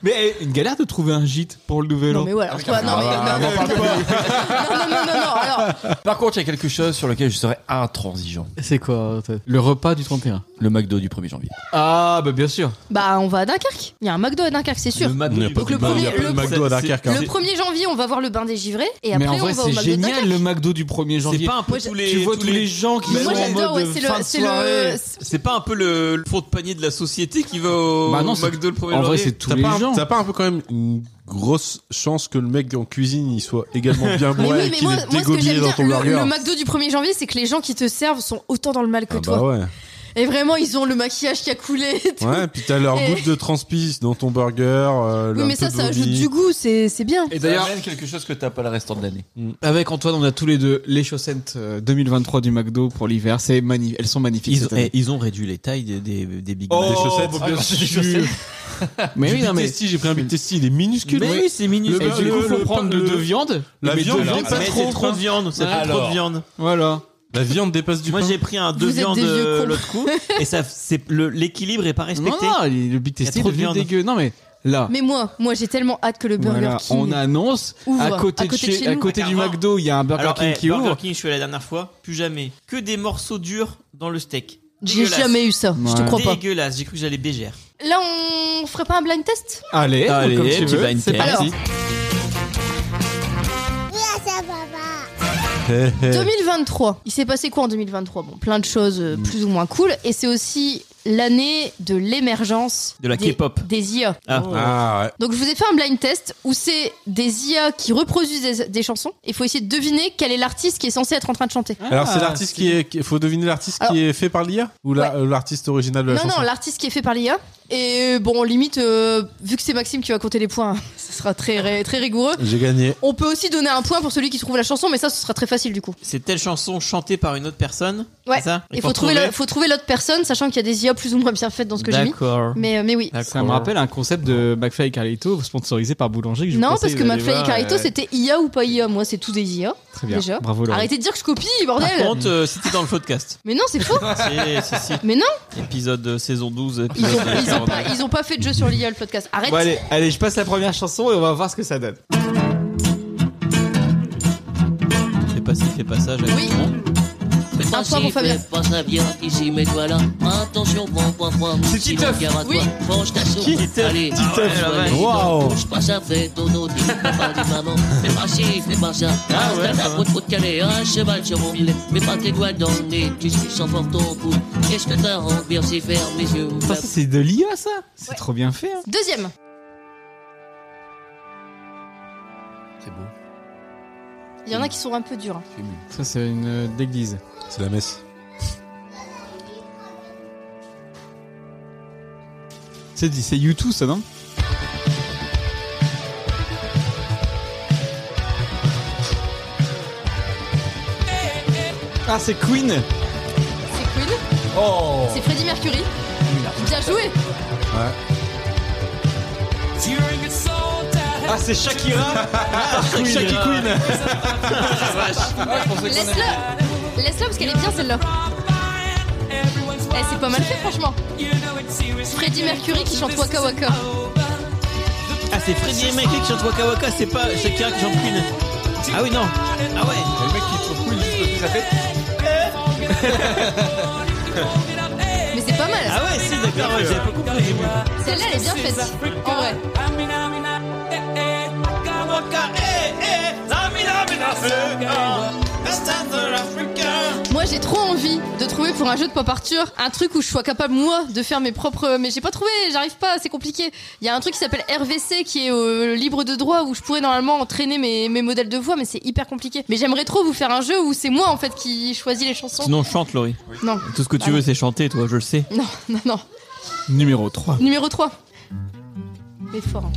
A: mais eh, une galère de trouver un gîte pour le nouvel
D: Non
A: an. ah,
D: mais ouais, alors toi, non mais non, non, non, non, non, non, non, alors
E: Par contre, il y a quelque chose sur lequel je serais intransigeant.
A: C'est quoi toi Le repas du 31.
E: Le McDo du 1er janvier.
A: Ah, bah bien sûr.
D: bah on va à Dunkerque. Il y a un McDo à Dunkerque, c'est sûr.
B: Le McDo
C: Il n'y a
B: du
C: pas
D: Donc
C: de
D: le
C: McDo- il y a
D: premier-
C: pas de
D: le-
C: McDo à Dunkerque.
D: Le
C: hein.
D: 1er janvier, on va voir le bain des givrés et
A: mais
D: après
A: en vrai,
D: on va au
A: c'est
D: McDo de
A: génial
D: Dunkerque.
A: le McDo du 1er
B: C'est
A: janvier.
B: pas un peu
D: Moi, je-
B: tous les.
A: tu vois
B: tous
A: tous les, gens qui
D: Moi,
A: sont en
D: j'adore,
A: mode
D: ouais, c'est le-
A: fin de
D: c'est le-
A: soirée.
B: C'est pas un peu le, le fond de panier de la société qui va au
A: Bah non, c'est-
B: McDo le premier
A: En vrai,
B: janvier
A: c'est tous
C: T'as
A: les
C: pas, un-
A: gens.
C: t'as pas un peu quand même une grosse chance que le mec en cuisine il soit également bien
D: Mais
C: bourré
D: oui,
C: et
D: mais
C: qu'il
D: moi,
C: est
D: moi ce que
C: dégobillé
D: j'aime
C: dans
D: bien,
C: ton
D: le,
C: burger
D: le McDo du 1er janvier, c'est que les gens qui te servent sont autant dans le mal que
C: Ah bah
D: toi.
C: ouais.
D: Et vraiment, ils ont le maquillage qui a coulé et tout.
C: Ouais, puis t'as leur
D: Et-
C: goutte de transpi dans ton burger. euh,
D: Oui,
C: un
D: mais
C: peu
D: ça,
C: de
D: ça
C: vomi.
D: ajoute du goût, c'est c'est bien.
A: Et
E: D'ailleurs,
A: d'ailleurs,
E: quelque chose que t'as pas le restant de l'année.
A: avec Antoine, on a tous les deux les chaussettes euh, 2023 du McDo pour l'hiver. C'est magnifique. Elles sont magnifiques.
B: Ils,
A: cette année.
B: ont réduit les tailles des, Big
A: Oh,
C: Des
B: Mac.
A: Ah,
C: chaussettes.
E: bah, bien sûr.
A: Mais
C: Du
A: oui, non, mais.
C: Big Tasty, j'ai pris un Big Tasty, il est minuscule.
B: Mais oui, c'est minuscule.
C: Le-
A: Et du
C: le-
A: coup,
C: le-
A: faut prendre
C: le-
A: de deux viandes.
C: la
A: mais
C: viande,
A: deux
C: alors,
A: viandes, pas
B: mais
A: trop.
B: c'est trop de viande, c'est
E: Alors.
B: trop de viande.
A: Voilà.
C: La viande dépasse du
B: Moi
C: pain.
B: j'ai pris un deux
D: Vous êtes des
B: viandes
D: vieux
B: euh,
D: cons.
B: l'autre coup et ça c'est le- l'équilibre est pas
A: Non,
B: respecté.
A: non, il- le Big
B: y a
A: Tasty est
B: trop de
A: devenu
B: viande.
A: dégueu. Non, mais là.
D: Mais moi, moi j'ai tellement hâte que le Burger
A: Voilà,
D: King.
A: on annonce
D: Ouvre,
A: à côté,
D: à
A: de
D: côté de
A: chez,
D: chez
A: à
D: nous.
A: côté du
B: Clairement.
A: McDo, il y a un Burger
B: Alors
A: King
B: eh,
A: qui
B: Burger
A: ouvre.
B: King, je suis allé la dernière fois, plus jamais que des morceaux durs dans le steak.
D: J'ai
B: Dégueulasse.
D: jamais eu ça, je te
A: Ouais.
D: crois pas.
B: Dégueulasse, j'ai cru que j'allais bégère.
D: Là, on ferait pas un blind test
A: Allez,
B: Ah, Allez,
A: comme tu
B: tu vas
A: veux,
B: une
A: c'est
B: tête.
A: parti.
C: Hé, hé.
D: 2023. Il s'est passé quoi en 2023 Bon, plein de choses euh, plus ou moins cool. Et c'est aussi l'année de l'émergence
B: De la
D: des-
B: K-pop.
D: des IA.
B: Ah.
C: Ah ouais.
D: Donc je vous ai fait un blind test où c'est des IA qui reproduisent des, des chansons. Il faut essayer de deviner quel est l'artiste qui est censé être en train de chanter.
C: Alors
A: Ah,
C: c'est l'artiste qui est, qui- faut deviner l'artiste qui est fait par l'IA ou la- euh, l'artiste original de la
D: non,
C: chanson.
D: non, l'artiste qui est fait par l'IA. Et bon, limite, euh, vu que c'est Maxime qui va compter les points, ce sera très, ré- très rigoureux.
C: J'ai gagné.
D: On peut aussi donner un point pour celui qui trouve la chanson, mais ça, ce sera très facile du coup.
B: C'est telle chanson chantée par une autre personne
D: Ouais.
B: c'est ça
D: Il faut, trouver la- faut trouver l'autre personne, sachant qu'il y a des IA plus ou moins bien faites dans ce que j'ai mis.
B: D'accord.
D: Mais, euh, mais oui.
B: D'accord.
A: Ça me rappelle un concept de McFly et Carlito sponsorisé par Boulanger. Que je vous
D: Non,
A: conseille
D: parce que
A: d'aller
D: McFly et
A: voir,
D: Carito,
A: euh,
D: c'était IA ou pas IA. Moi, c'est tout des IA.
A: Très bien.
D: déjà.
A: Bravo, Laurent.
D: Arrêtez de dire que je copie,
B: Par
D: bordel
B: contre, euh, c'était dans le podcast.
D: Mais non, c'est faux
B: C'est si, si.
D: Mais non,
B: Épisode euh, saison 12.
D: ils
B: Épisode
D: ont, ils
B: 42.
D: ont pas, ils ont pas fait de jeu sur l'IA, le podcast. Arrête
I: Bon, allez, allez, je passe la première chanson et on va voir ce que ça donne.
B: Fais pas ci, fais pas ça, j'avais
D: Oui.
B: raison.
D: Un point pour Fabien.
J: Pas ça bien, ici mais toi là. Attention, bon point point.
B: C'est
J: Si
B: Titeuf.
J: on regarde à
D: Oui.
J: toi, Penche ta soupe.
B: Titeuf.
J: Allez,
B: Titeuf.
J: ah ouais, la vache.
C: Waouh.
J: Bouge pas ça fait tonneau, dis pas du maman. Fais pas ci, fais pas ça. Ah ouais. Ta route faut te caler, un cheval sur mon billet. Mets pas tes doigts dans le nez, tu suis sans fort ton cou. Qu'est-ce que t'as en bien, c'est faire mes yeux.
A: Ça, ça, c'est de l'IA, ça C'est
D: Ouais.
A: trop bien fait. hein.
D: Deuxième.
E: C'est beau.
D: Il y en a qui sont un peu durs. hein.
A: Ça, c'est une euh, d'église.
C: C'est la messe.
A: C'est c'est U2, ça, non
D: hein.
A: Ah, c'est Queen
D: C'est Queen.
E: Oh
D: C'est Freddie Mercury. Bien joué.
A: Ah, c'est Shakira Shaki Queen
D: Laisse-le. Laisse-le parce qu'elle est bien celle-là. Eh, c'est pas mal fait franchement. Freddie Mercury qui chante Waka Waka.
B: Ah, c'est Freddy et Michael qui chante Waka Waka, c'est pas Shakira qui chante Queen. Ah oui, non. Ah ouais.
E: Le mec qui trouve cool, il se fait sa tête.
D: Mais c'est pas mal.
B: Ah ouais, si, d'accord, ouais, j'avais pas compris.
D: Celle-là elle est bien faite. En vrai. Moi j'ai trop envie de trouver pour un jeu de Pop Arthur un truc où je sois capable moi de faire mes propres. Mais j'ai pas trouvé, j'arrive pas, c'est compliqué. Il y a un truc qui s'appelle RVC qui est euh, libre de droit où je pourrais normalement entraîner mes, mes modèles de voix, mais c'est hyper compliqué. Mais j'aimerais trop vous faire un jeu où c'est moi en fait qui choisis les chansons.
B: Sinon, chante, Laurie.
D: Non,
B: Tout ce que tu veux, c'est chanter, toi, je le sais.
D: non, non, non.
A: Numéro 3.
D: Numéro 3. Mais fort. hein.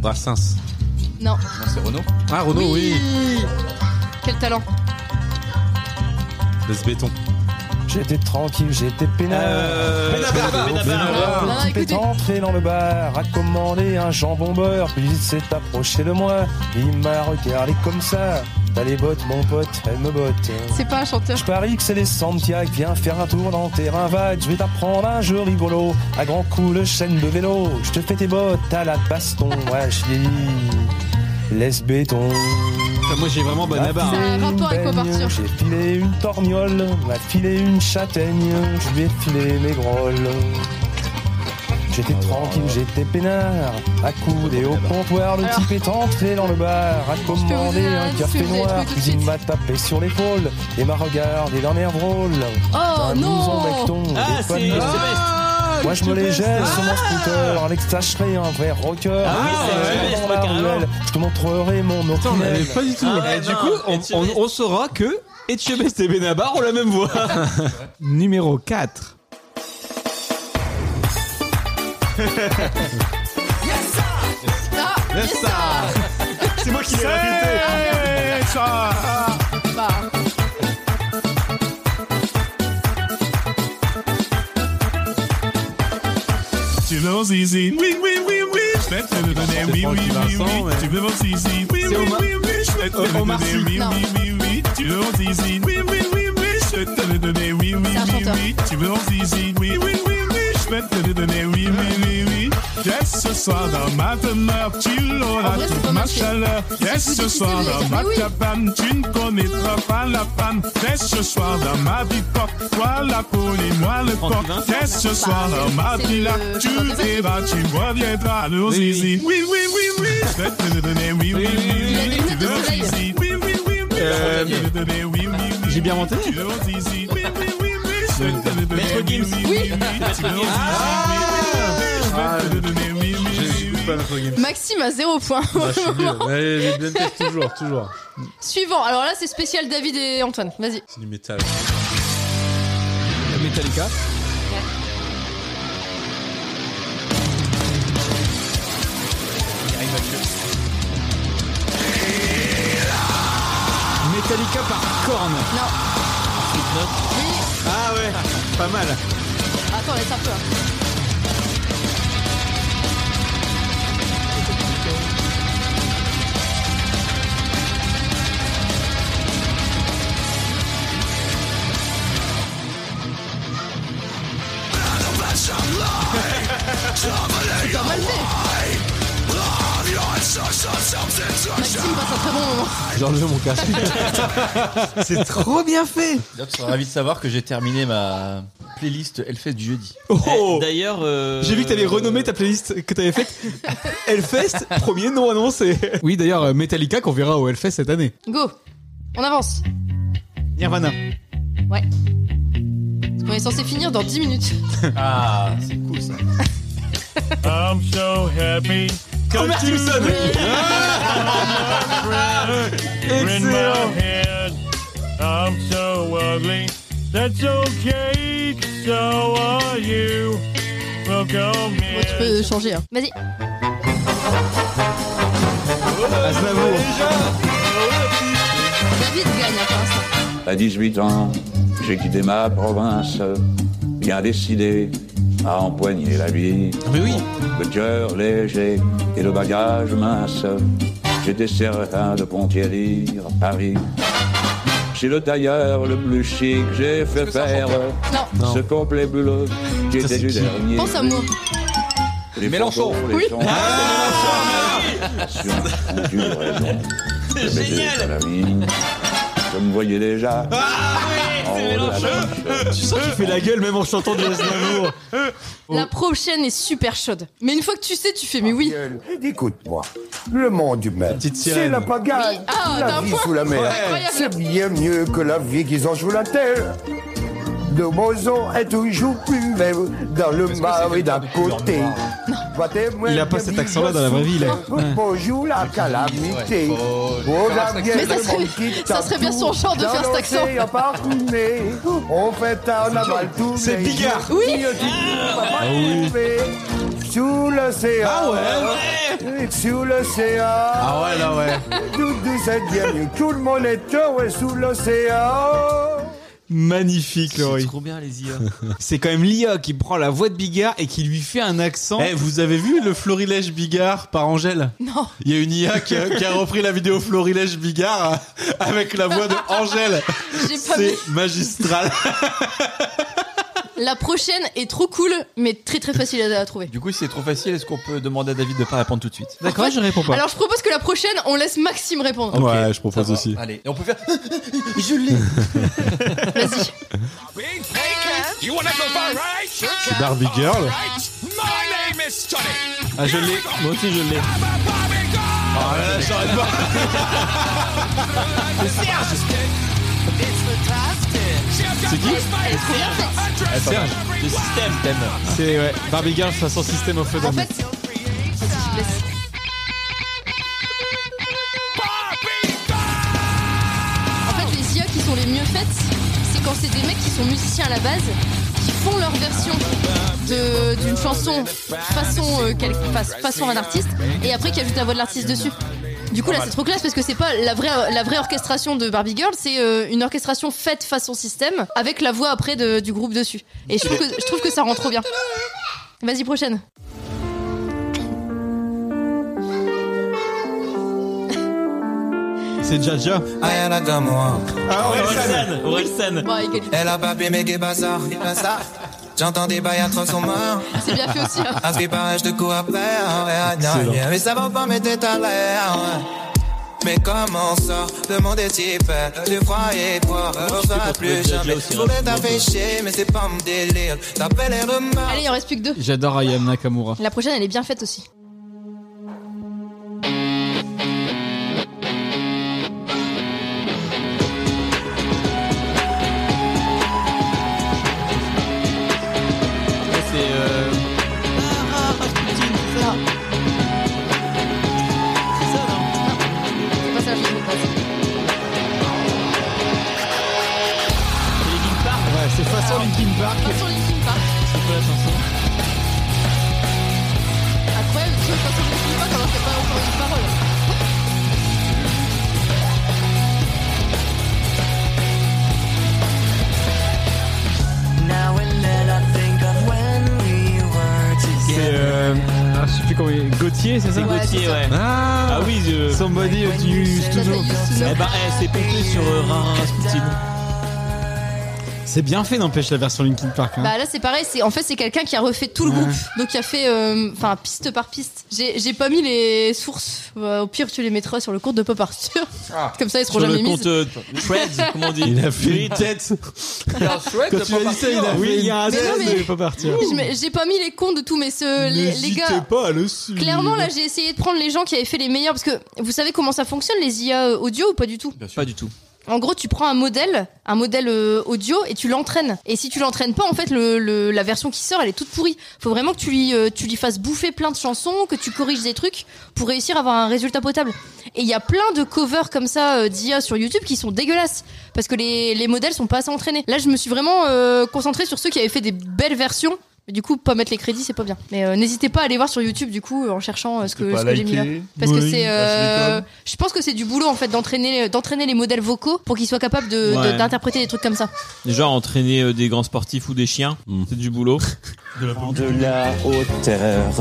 C: Brassens.
D: Non.
E: Non, c'est Renault.
C: Ah, Renaud, oui.
D: Quel talent.
C: Laisse béton.
K: J'étais tranquille, j'étais peinard.
D: Non, non,
K: Un type
D: écoutez.
K: est entré dans le bar, a commandé un jambon beurre, puis il s'est approché de moi. Il m'a regardé comme ça. T'as les bottes, mon pote, elle me botte.
D: C'est pas un chanteur.
K: Je parie que c'est les Santiago, viens faire un tour dans le terrain vague. Je vais t'apprendre un jeu rigolo, à grands coups de chaîne de vélo. Je te fais tes bottes à la baston, ouais, je dis, laisse béton.
A: Ah, Moi, j'ai vraiment Banabar.
D: Ça a un rapport avec
K: Une
D: Pop
K: baigne,
D: Arthur.
K: J'ai filé une torgnole, m'a filé une châtaigne, je lui ai filé mes grolles. J'étais tranquille, j'étais peinard, accoudé au comptoir, le
D: Alors.
K: type est entré dans le bar, a commandé
D: donner
K: un
D: un
K: café
D: indice, vous allez
K: noir,
D: trouver tout de
K: puis il
D: suite.
K: m'a tapé sur l'épaule, et m'a regardé d'un air drôle.
D: Oh
K: Un blouson
D: non
K: becton,
B: Ah,
K: des poils
B: c'est Ah,
K: de-
B: Sébastien.
K: moi je me les gèle sur mon scooter avec tacherai un vrai rocker.
B: Ah oui, c'est
K: Je
B: vrai,
K: vais dans
B: c'est
K: la
B: carrément.
K: ruelle, je te montrerai mon
A: Attends, on
K: opinel.
A: l'avait pas du tout.
B: Ah ouais,
A: Et du
B: non,
A: coup, on,
B: Etchebest.
A: on- on saura que Etchebest et Benabar ont la même voix. Numéro 4.
D: Ah, yes,
A: ça. C'est moi qui l'ai répété.
D: bah.
L: Tu veux mon zizi Oui, oui, oui, oui. Je vais te le donner. Oui, oui, oui, oui. Tu veux mon zizi Oui, oui,
A: hein. Omar- Oh,
L: oui, oui. Je vais te le
A: Omar
L: donner. Oui,
D: Non.
L: oui, oui, oui. Tu veux mon zizi Oui, oui, oui, oui. Je vais te le donner. Oui, oui,
D: C'est un
L: oui,
D: chanteur.
L: oui. Tu veux mon zizi Oui, oui, oui, oui. Je vais te le donner. Oui, oui, oui, oui. Yes, ce soir dans ma demeure, tu l'auras
D: En vrai, Ah, c'est
L: toute
D: pas
L: ma
D: mal fait.
L: chaleur.
D: plus
L: Yes, ce
D: difficile,
L: soir
D: les
L: dans
D: gars.
L: ma
D: Mais Ah oui.
L: cabane, tu ne connaîtras pas la panne. Yes, ce soir dans ma vie pop, toi la poule et moi le corps. Yes, ce soir dans ma
D: Bah, c'est
L: villa,
D: le-
L: tu
D: c'est le-
L: verras, tu reviendras. Allons
A: Oui,
L: zizi. Oui, oui, oui, oui.
C: Ah.
L: Je vais te le donner. Oui, oui, oui,
D: Il a des
L: oui.
D: lunettes de
L: Tu veux
D: soleil.
L: zizi. Oui, oui, oui, oui.
A: Euh,
L: Je vais te le donner. Oui, oui, oui.
A: j'ai bien monté
L: Tu veux zizi. Oui, oui, oui, oui. Je vais te le donner.
B: Maître Gims.
L: Oui, oui, oui. Tu veux zizi. Oui, oui, oui, oui. Je vais te le donner. Oui, oui, oui, oui.
C: J'écoute pas notre game.
D: Maxime a zéro point.
C: Ah, je suis nul. Ouais, les Blind Test, toujours, toujours.
D: Suivant. Alors là, c'est spécial David et Antoine. Vas-y.
C: C'est du métal.
A: Metallica. Metallica par corne.
D: Non. Oui.
A: Ah ouais, pas mal.
D: Attends, laisse un peu. hein. C'est pas mal fait. Maxime passe un très bon moment.
C: J'ai enlevé mon casque.
A: C'est trop bien fait.
E: D'ailleurs, tu seras ravi de savoir que j'ai terminé ma playlist Hellfest du jeudi.
A: Oh
B: Eh, D'ailleurs. euh,
A: J'ai vu que t'avais renommé ta playlist que t'avais faite. Hellfest, premier nom annoncé. Oui, d'ailleurs, euh, Metallica qu'on verra au Hellfest cette année.
D: Go, on avance.
A: Nirvana.
D: On est censé finir dans 10 minutes.
E: Ah, c'est cool ça.
L: I'm so happy.
A: Homer Simpson.
L: in my
C: uh,
A: Excellent.
L: head. I'm so ugly. That's okay. So are you. Welcome
D: Bon, tu
L: here.
D: peux changer. hein. Vas-y.
A: Aznavour.
D: David gagne hein, pour l'instant.
M: À 18 ans, j'ai quitté ma province, bien décidé à empoigner la vie.
C: Ah, Mais oui.
M: Le cœur léger et le bagage mince, j'étais certain de conquérir Paris. Chez le tailleur le plus chic, j'ai fait faire
D: Non,
M: ce complet bleu qui était
C: c'est
M: du
C: qui
M: dernier.
D: pense à moi. Ah.
M: Les
E: Mélenchon.
M: fantômes, les
D: Oui.
M: sons- Sur une dure raison. Le baiser de la vie. Je me voyais déjà.
A: Ah,
M: en haut de la marche.
A: Tu sens qu'il fait la gueule même en chantant du Aznavour.
D: La prochaine est super chaude. Mais une fois que tu sais, tu fais mais oui.
K: Écoute-moi, le monde humain,
C: Petite
K: c'est
C: sirène.
K: la pagaille,
D: Oui. Ah, t'as
K: la
D: un
K: vie
D: point.
K: sous la mer.
D: Incroyable.
K: C'est bien mieux que la vie qu'ils ont sous la terre. De Boson est toujours plus même dans le mar et d'un côté.
A: Il a pas cet accent-là dans la vraie vie, il est-
K: Bonjour la calamité. Oh, la
D: Mais ça
K: vieille
D: serait-
K: monde qui
D: ça serait bien son genre de
K: dans
D: faire cet accent.
K: l'océan parfumé. On fait un aval tous
A: C'est
K: les
A: Bigard.
K: jours.
D: Oui.
A: Ah
K: Papa trouvé Sous l'océan. Sous l'océan.
C: Ah ouais, là, ouais.
K: Tout dit, c'est bien mieux. Tout le monde est heureux sous l'océan.
A: Magnifique,
B: C'est
A: Laurie.
B: trop bien les IA.
A: C'est quand même l'IA qui prend la voix de Bigard et qui lui fait un accent.
C: Eh, vous avez vu le florilège Bigard par Angèle
D: Non.
C: Il y a une IA qui a, qui a repris la vidéo florilège Bigard euh, avec la voix de Angèle.
D: J'ai pas
C: C'est magistral.
D: La prochaine est trop cool, mais très très facile à à trouver.
E: Du coup, si c'est trop facile, est-ce qu'on peut demander à David de pas répondre tout de suite
A: D'accord, je réponds pas.
D: Alors je propose que la prochaine, on laisse Maxime répondre.
C: Ouais, je propose
E: Ça va.
C: aussi.
E: Allez, et on peut faire. Je l'ai
D: Vas-y.
C: C'est Barbie Girl.
B: Ah, je l'ai. Moi aussi, je l'ai.
C: Serge.
B: Le système, t'aimes.
A: C'est ouais, Barbie Girl façon système of
D: En
A: Down.
D: fait, Vas-y, laisse. En fait, les IA qui sont les mieux faites, c'est quand c'est des mecs qui sont musiciens à la base, qui font leur version de- d'une chanson façon, euh, quel- fa- façon un artiste, et après qui ajoutent la voix de l'artiste dessus. Du coup là c'est trop classe parce que c'est pas la vraie, la vraie orchestration de Barbie Girl, c'est euh, une orchestration faite façon système avec la voix après de- du groupe dessus. Et je trouve, que, je trouve que ça rend trop bien. Vas-y prochaine.
A: C'est Jaja.
K: Rien là dans moi.
B: Orelsan. Orelsan.
D: Bon, avec-
K: Elle a pas pu mais qu'est bazar, qu'est bazar. J'entends des bails à 300 morts.
D: C'est bien fait aussi. hein.
K: À ce qui paraît, je te cours après. ah ouais, ah non, yeah. Mais ça va pas, mais t'es à l'air. ah ouais. Mais comment on sort Le monde est hyper. Tu croyais quoi On
B: fais
K: sera
B: pour trouver
K: plus
B: Jaja
K: jamais.
B: aussi hein.
K: Je voulais
B: rapidement, toi
K: t'afficher, mais c'est pas mon délire. T'appelles les rumeurs.
D: Allez, il en reste plus que deux.
A: J'adore Ayam Nakamura.
D: La prochaine, elle est bien faite aussi.
B: Ouais, C'est. euh,
D: C'est pas ça, je trouve pas.
A: Ouais, c'est façon Linkin Park.
D: Façon Linkin Park. C'est quoi la chanson Incroyable, tu vois, façon Linkin Park alors qu'il n'y a pas encore une parole.
A: C'est euh, ah, je sais plus comment il est. Gauthier, c'est ça
B: C'est Gauthier, ouais. Ah oui, je.
A: Somebody you used to
D: Ça, ça
A: know.
D: used to know.
B: Eh ben, eh, c'est pompé sur euh, Rara Rasputin.
A: C'est bien fait, n'empêche, la version Linkin Park. hein.
D: Bah là c'est pareil, c'est en fait c'est quelqu'un qui a refait tout le
A: Ouais.
D: groupe, donc qui a fait euh, enfin piste par piste. J'ai j'ai pas mis les sources, Bah, au pire tu les mettras sur le compte de Pop Arthur,
A: Ah.
D: comme ça ils seront
B: Ah. Sur
D: jamais
B: le compte
D: mises.
B: euh, Threads, comment on dit
C: Il a fait une
B: Tweet.
C: tête.
E: Chouette,
C: Quand tu as dit ça, il a
A: hein. Oui,
C: fait
A: il y a un
D: Mais non,
A: zeste,
D: mais-
A: mais pas partir.
D: Je mets- J'ai pas mis les comptes de tout, mais ce, les, les gars.
C: hein. pas à le suivre.
D: Clairement, là, j'ai essayé de prendre les gens qui avaient fait les meilleurs parce que vous savez comment ça fonctionne les IA audio ou pas du tout
B: Pas du tout.
D: En gros, tu prends un modèle, un modèle euh, audio et tu l'entraînes. Et si tu l'entraînes pas, en fait, le, le- la version qui sort, elle est toute pourrie. Faut vraiment que tu lui, euh, tu lui fasses bouffer plein de chansons, que tu corriges des trucs pour réussir à avoir un résultat potable. Et il y a plein de covers comme ça euh, d'IA sur YouTube qui sont dégueulasses parce que les, les modèles sont pas assez entraînés. Là, je me suis vraiment euh, concentrée sur ceux qui avaient fait des belles versions. Mais du coup, pas mettre les crédits, c'est pas bien. Mais euh, n'hésitez pas à aller voir sur YouTube, du coup, en cherchant euh, ce que,
E: pas
D: ce que j'ai mis là.
E: liker,
D: Parce que
E: oui, bah,
D: c'est.
E: passer les
D: euh,
E: comms.
D: je pense que c'est du boulot en fait d'entraîner euh, d'entraîner les modèles vocaux pour qu'ils soient capables de- de-
B: Ouais.
D: d'interpréter des trucs comme ça.
B: Déjà, entraîner euh, des grands sportifs ou des chiens, c'est du boulot.
N: Mm. De la hauteur,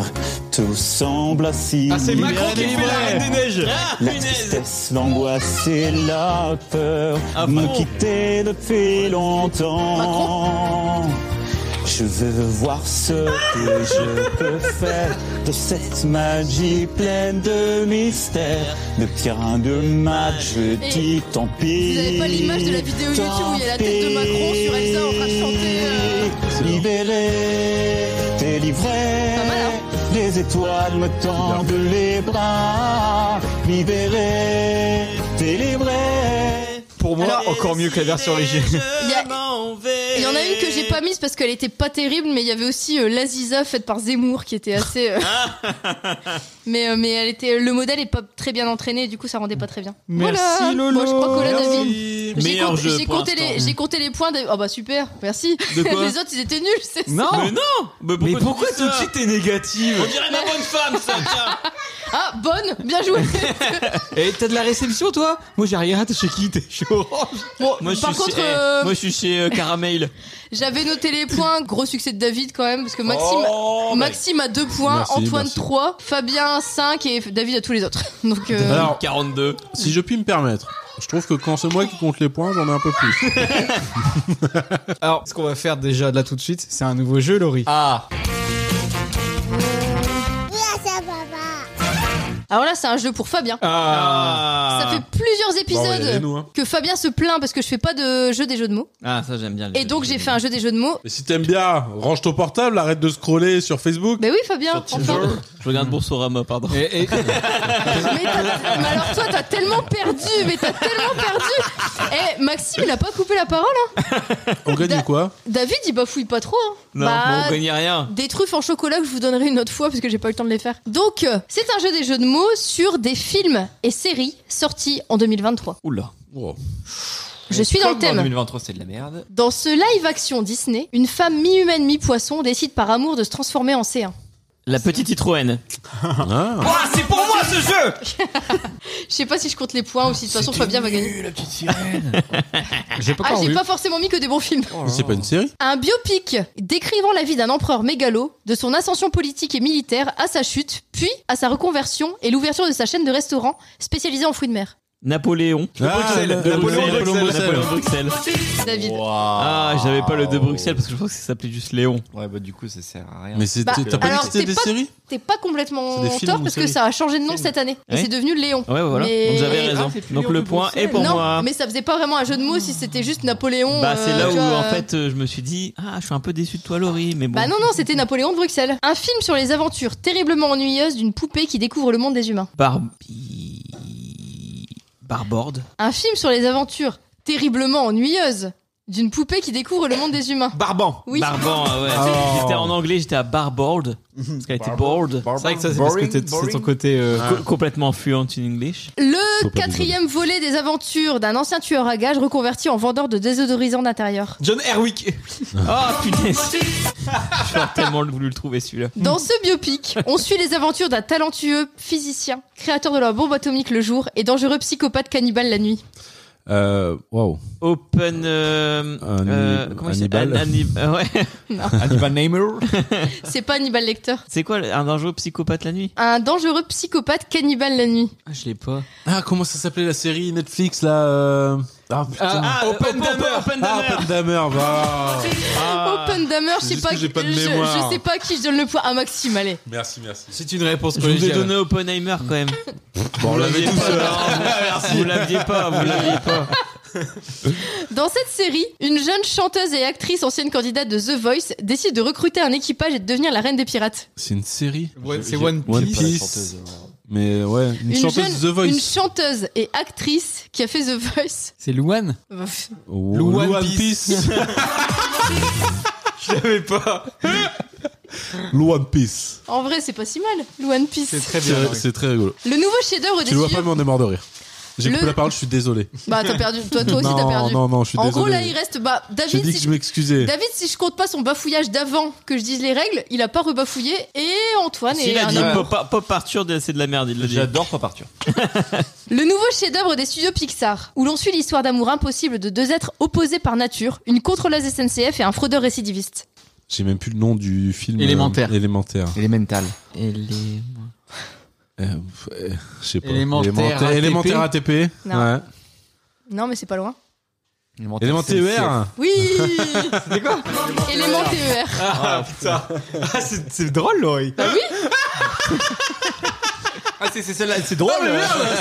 N: tout semble si.
A: Ah, c'est Macron qui fait la Reine des Neiges.
N: La tristesse, l'angoisse et la peur
A: Ah,
N: m'ont quitté depuis longtemps. Je veux voir ce que je peux faire de cette magie pleine de mystère. Ne rien de mal, je dis tant pis.
D: Vous avez pas l'image de la vidéo YouTube où il y a la tête de Macron sur Elsa en train de chanter. euh,
N: Libéré, délivré,
D: hein.
N: les étoiles me tendent les bras. Libéré, délivré.
A: Pour moi, encore mieux que la version originale.
D: Il y, a- il y en a une que j'ai pas mise parce qu'elle était pas terrible, mais il y avait aussi euh, l'Aziza faite par Zemmour qui était assez. euh, mais euh, mais elle était le modèle est pas très bien entraîné, et du coup ça rendait pas très bien.
A: Merci
D: voilà.
A: Lolo.
D: Moi je crois que là
A: Merci.
D: David. J'ai
B: Meilleur
D: compté,
B: jeu
D: j'ai
B: pour
D: compté les,
B: l'instant.
D: j'ai compté les points. de- Ah bah super, merci.
B: De quoi
D: les autres ils étaient nuls, c'est
A: Non.
D: ça.
B: Mais non Mais pourquoi,
A: Mais pourquoi
B: tu dis
A: tout de
B: ça
A: suite t'es négative
B: On dirait ma bonne femme, ça, tiens
D: Ah bonne, bien joué.
A: Et t'as de la réception, toi Moi, j'ai rien. T'es chez qui T'es chez Orange
D: Bon,
B: Moi, je
D: par
B: suis
D: contre,
B: chez, eh,
D: euh,
B: moi, je suis chez euh, Caramel.
D: J'avais noté les points, gros succès de David quand même, parce que Maxime,
B: Oh,
D: Maxime a 2 points,
C: Merci,
D: Antoine
C: merci.
D: 3, Fabien 5 et David a tous les autres. Donc, euh,
C: Alors,
B: 42.
C: si je puis me permettre, je trouve que quand c'est moi qui compte les points, j'en ai un peu plus.
A: Alors, ce qu'on va faire déjà là tout de suite, c'est un nouveau jeu, Laurie. Ah
D: alors là, c'est un jeu pour Fabien.
B: Ah
D: Ça fait plusieurs épisodes
C: nous, hein.
D: que Fabien se plaint parce que je fais pas de jeu des jeux de mots.
B: Ah, ça, j'aime bien. les
D: Et
B: jeux.
D: donc, j'ai fait un jeu des jeux de mots.
C: Mais si t'aimes bien, range ton portable, arrête de scroller sur Facebook.
D: Mais Bah oui, Fabien, enfin.
B: Je regarde Boursorama, pardon.
A: et, et-
D: Mais, t'as- mais alors, toi, t'as tellement perdu, mais t'as tellement perdu. Eh, Maxime, il a pas coupé la parole. hein.
C: On gagne
D: Da-
C: quoi
D: David, il bafouille pas trop. hein.
B: Non,
D: Bah,
B: bon, on gagne rien.
D: Des truffes en chocolat que je vous donnerai une autre fois parce que j'ai pas eu le temps de les faire. Donc, euh, c'est un jeu des jeux de mots sur des films et séries sortis en 2023.
B: Oula.
E: Oh.
D: Je suis dans le
E: Comme
D: thème.
E: En 2023, c'est de la merde.
D: Dans ce live action Disney, une femme mi-humaine mi-poisson décide par amour de se transformer en C1.
B: La petite Citroën.
C: Ah.
A: c'est pour moi ce jeu
D: Je sais pas si je compte les points ou si de toute façon Fabien va gagner.
E: La petite sirène.
A: J'ai pas
D: Ah,
A: encore
D: j'ai
A: vu.
D: pas forcément mis que des bons films.
C: Mais Oh C'est pas une série
D: Un biopic décrivant la vie d'un empereur mégalo, de son ascension politique et militaire à sa chute, puis à sa reconversion et l'ouverture de sa chaîne de restaurants spécialisée en fruits de mer.
B: Ah, Napoléon.
A: Bruxelles,
C: le- le-
A: Napoléon
C: le-
A: Bruxelles,
C: Napoléon
B: Napoléon
C: Bruxelles.
B: Bruxelles.
D: David.
B: Ah, j'avais pas le de Bruxelles parce que je pense que ça s'appelait juste Léon.
E: Ouais, bah du coup, ça sert à rien.
C: Mais c'est-
D: Bah,
C: t'as pas dit
D: alors,
C: que c'était
D: c'est
C: des
D: pas-
C: séries
D: T'es pas complètement
C: C'est des films
D: tort
C: ou
D: parce que
C: séries
D: ça a changé de nom cette année. Et
B: Ouais.
D: c'est devenu Léon.
B: Ouais, voilà.
D: Mais-
B: Donc j'avais
E: Ah,
B: raison.
E: c'est plus
B: Donc
E: Léon
B: le
E: de
B: point est
E: Bruxelles.
B: pour
D: non,
B: moi.
D: mais ça faisait pas vraiment un jeu de mots si c'était juste Napoléon.
B: Bah, c'est
D: euh,
B: là
D: tu
B: où
D: vois,
B: en
D: euh,
B: fait euh, je me suis dit Ah, je suis un peu déçu de toi, Laurie, mais bon.
D: Bah non, non, c'était Napoléon de Bruxelles. Un film sur les aventures terriblement ennuyeuses d'une poupée qui découvre le monde des humains.
B: Barbie. Barbord.
D: Un film sur les aventures terriblement ennuyeuses d'une poupée qui découvre le monde des humains.
A: Barban
D: Oui.
B: Barban, ah ouais.
C: Oh.
B: J'étais en anglais, j'étais à Barboard. Parce qu'elle était bored.
A: C'est vrai que ça, c'est parce que t'es- c'est ton côté. euh,
B: Co- complètement fluent in English.
D: Le
C: Faut pas
D: quatrième volet des aventures d'un ancien tueur à gages reconverti en vendeur de désodorisants d'intérieur.
A: John Herwick
B: Oh putain J'aurais tellement voulu le trouver celui-là.
D: Dans ce biopic, on suit les aventures d'un talentueux physicien, créateur de la bombe atomique le jour et dangereux psychopathe cannibale la nuit.
C: Euh, Waouh.
B: Open. Euh,
C: Anni-
B: euh, comment il s'appelle
C: Hannibal.
B: Anni- euh, ouais.
E: Hannibal Neymer.
D: C'est pas Hannibal Lecter.
B: C'est quoi le- un dangereux psychopathe la nuit
D: Un dangereux psychopathe cannibale la nuit.
B: ah, Je l'ai pas.
C: Ah, comment ça s'appelait la série Netflix là euh, Ah, putain.
B: Ah, ah, Open Damer, Open
C: Ah,
B: Damer.
C: Open Damer, bah. Ah.
D: Open Damer, je
C: C'est
D: sais
C: juste
D: pas,
C: que j'ai pas de
D: je,
C: mémoire.
D: je sais pas qui je donne le poids à Maxime, allez.
C: Merci, merci.
B: C'est une réponse Je vous ai
C: collégiale.
B: donné Oppenheimer quand même.
C: Bon, on
B: Vous
C: l'avait
B: l'aviez
C: tous,
B: pas,
C: alors.
B: non,
C: Merci.
B: Vous l'aviez pas, vous l'aviez pas.
D: Dans cette série, une jeune chanteuse et actrice, ancienne candidate de The Voice, décide de recruter un équipage et de devenir la reine des pirates.
C: C'est une série
A: Ouais, c'est
C: J'ai-
A: One Piece.
C: Mais ouais, une, chanteuse
D: jeune-
C: The Voice.
D: Une chanteuse et actrice qui a fait The Voice.
A: C'est Luan
C: Oh,
A: Luan
C: Luan
A: Piece.
C: Piece.
A: Je l'avais pas.
C: Luan Piece.
D: En vrai, c'est pas si mal, Luan Piece.
C: C'est- C'est très hein. rigolo.
D: Le nouveau chef-d'œuvre des
C: Tu le vois
D: studios.
C: pas, mais on est mort de rire. J'ai
D: Le-
C: coupé la parole, je suis désolé.
D: Bah, t'as perdu. Toi, toi aussi,
C: Non,
D: t'as perdu.
C: non, non, je suis
D: En gros,
C: désolé.
D: là, il reste. Bah,
C: J'ai
D: David,
C: dit que
D: si
C: je m'excusais.
D: David, si je compte pas son bafouillage d'avant que je dise les règles, il a pas rebafouillé. Et Antoine
B: S'il
D: est
B: a
D: un
B: dit
D: homme.
B: Pop, Pop Arthur, c'est de la merde. il l'a dit.
E: J'adore Pop Arthur.
D: Le nouveau chef-d'œuvre des studios Pixar, où l'on suit l'histoire d'amour impossible de deux êtres opposés par nature, une contrôleuse SNCF et un fraudeur récidiviste.
C: J'ai même plus le nom du film.
F: Élémentaire.
C: euh, élémentaire.
E: Elemental.
C: Euh, pff, euh, je sais pas.
F: Élémentaire ATP.
C: Élémentaire ATP.
D: Non.
C: Ouais.
D: Non, mais c'est pas loin.
C: Élémentaire. E
D: Oui C'est quoi Élément E TER.
A: Ah, putain. Ah, c'est c'est drôle, Laurie.
D: Bah oui
E: Ah, c'est c'est celle-là, c'est drôle.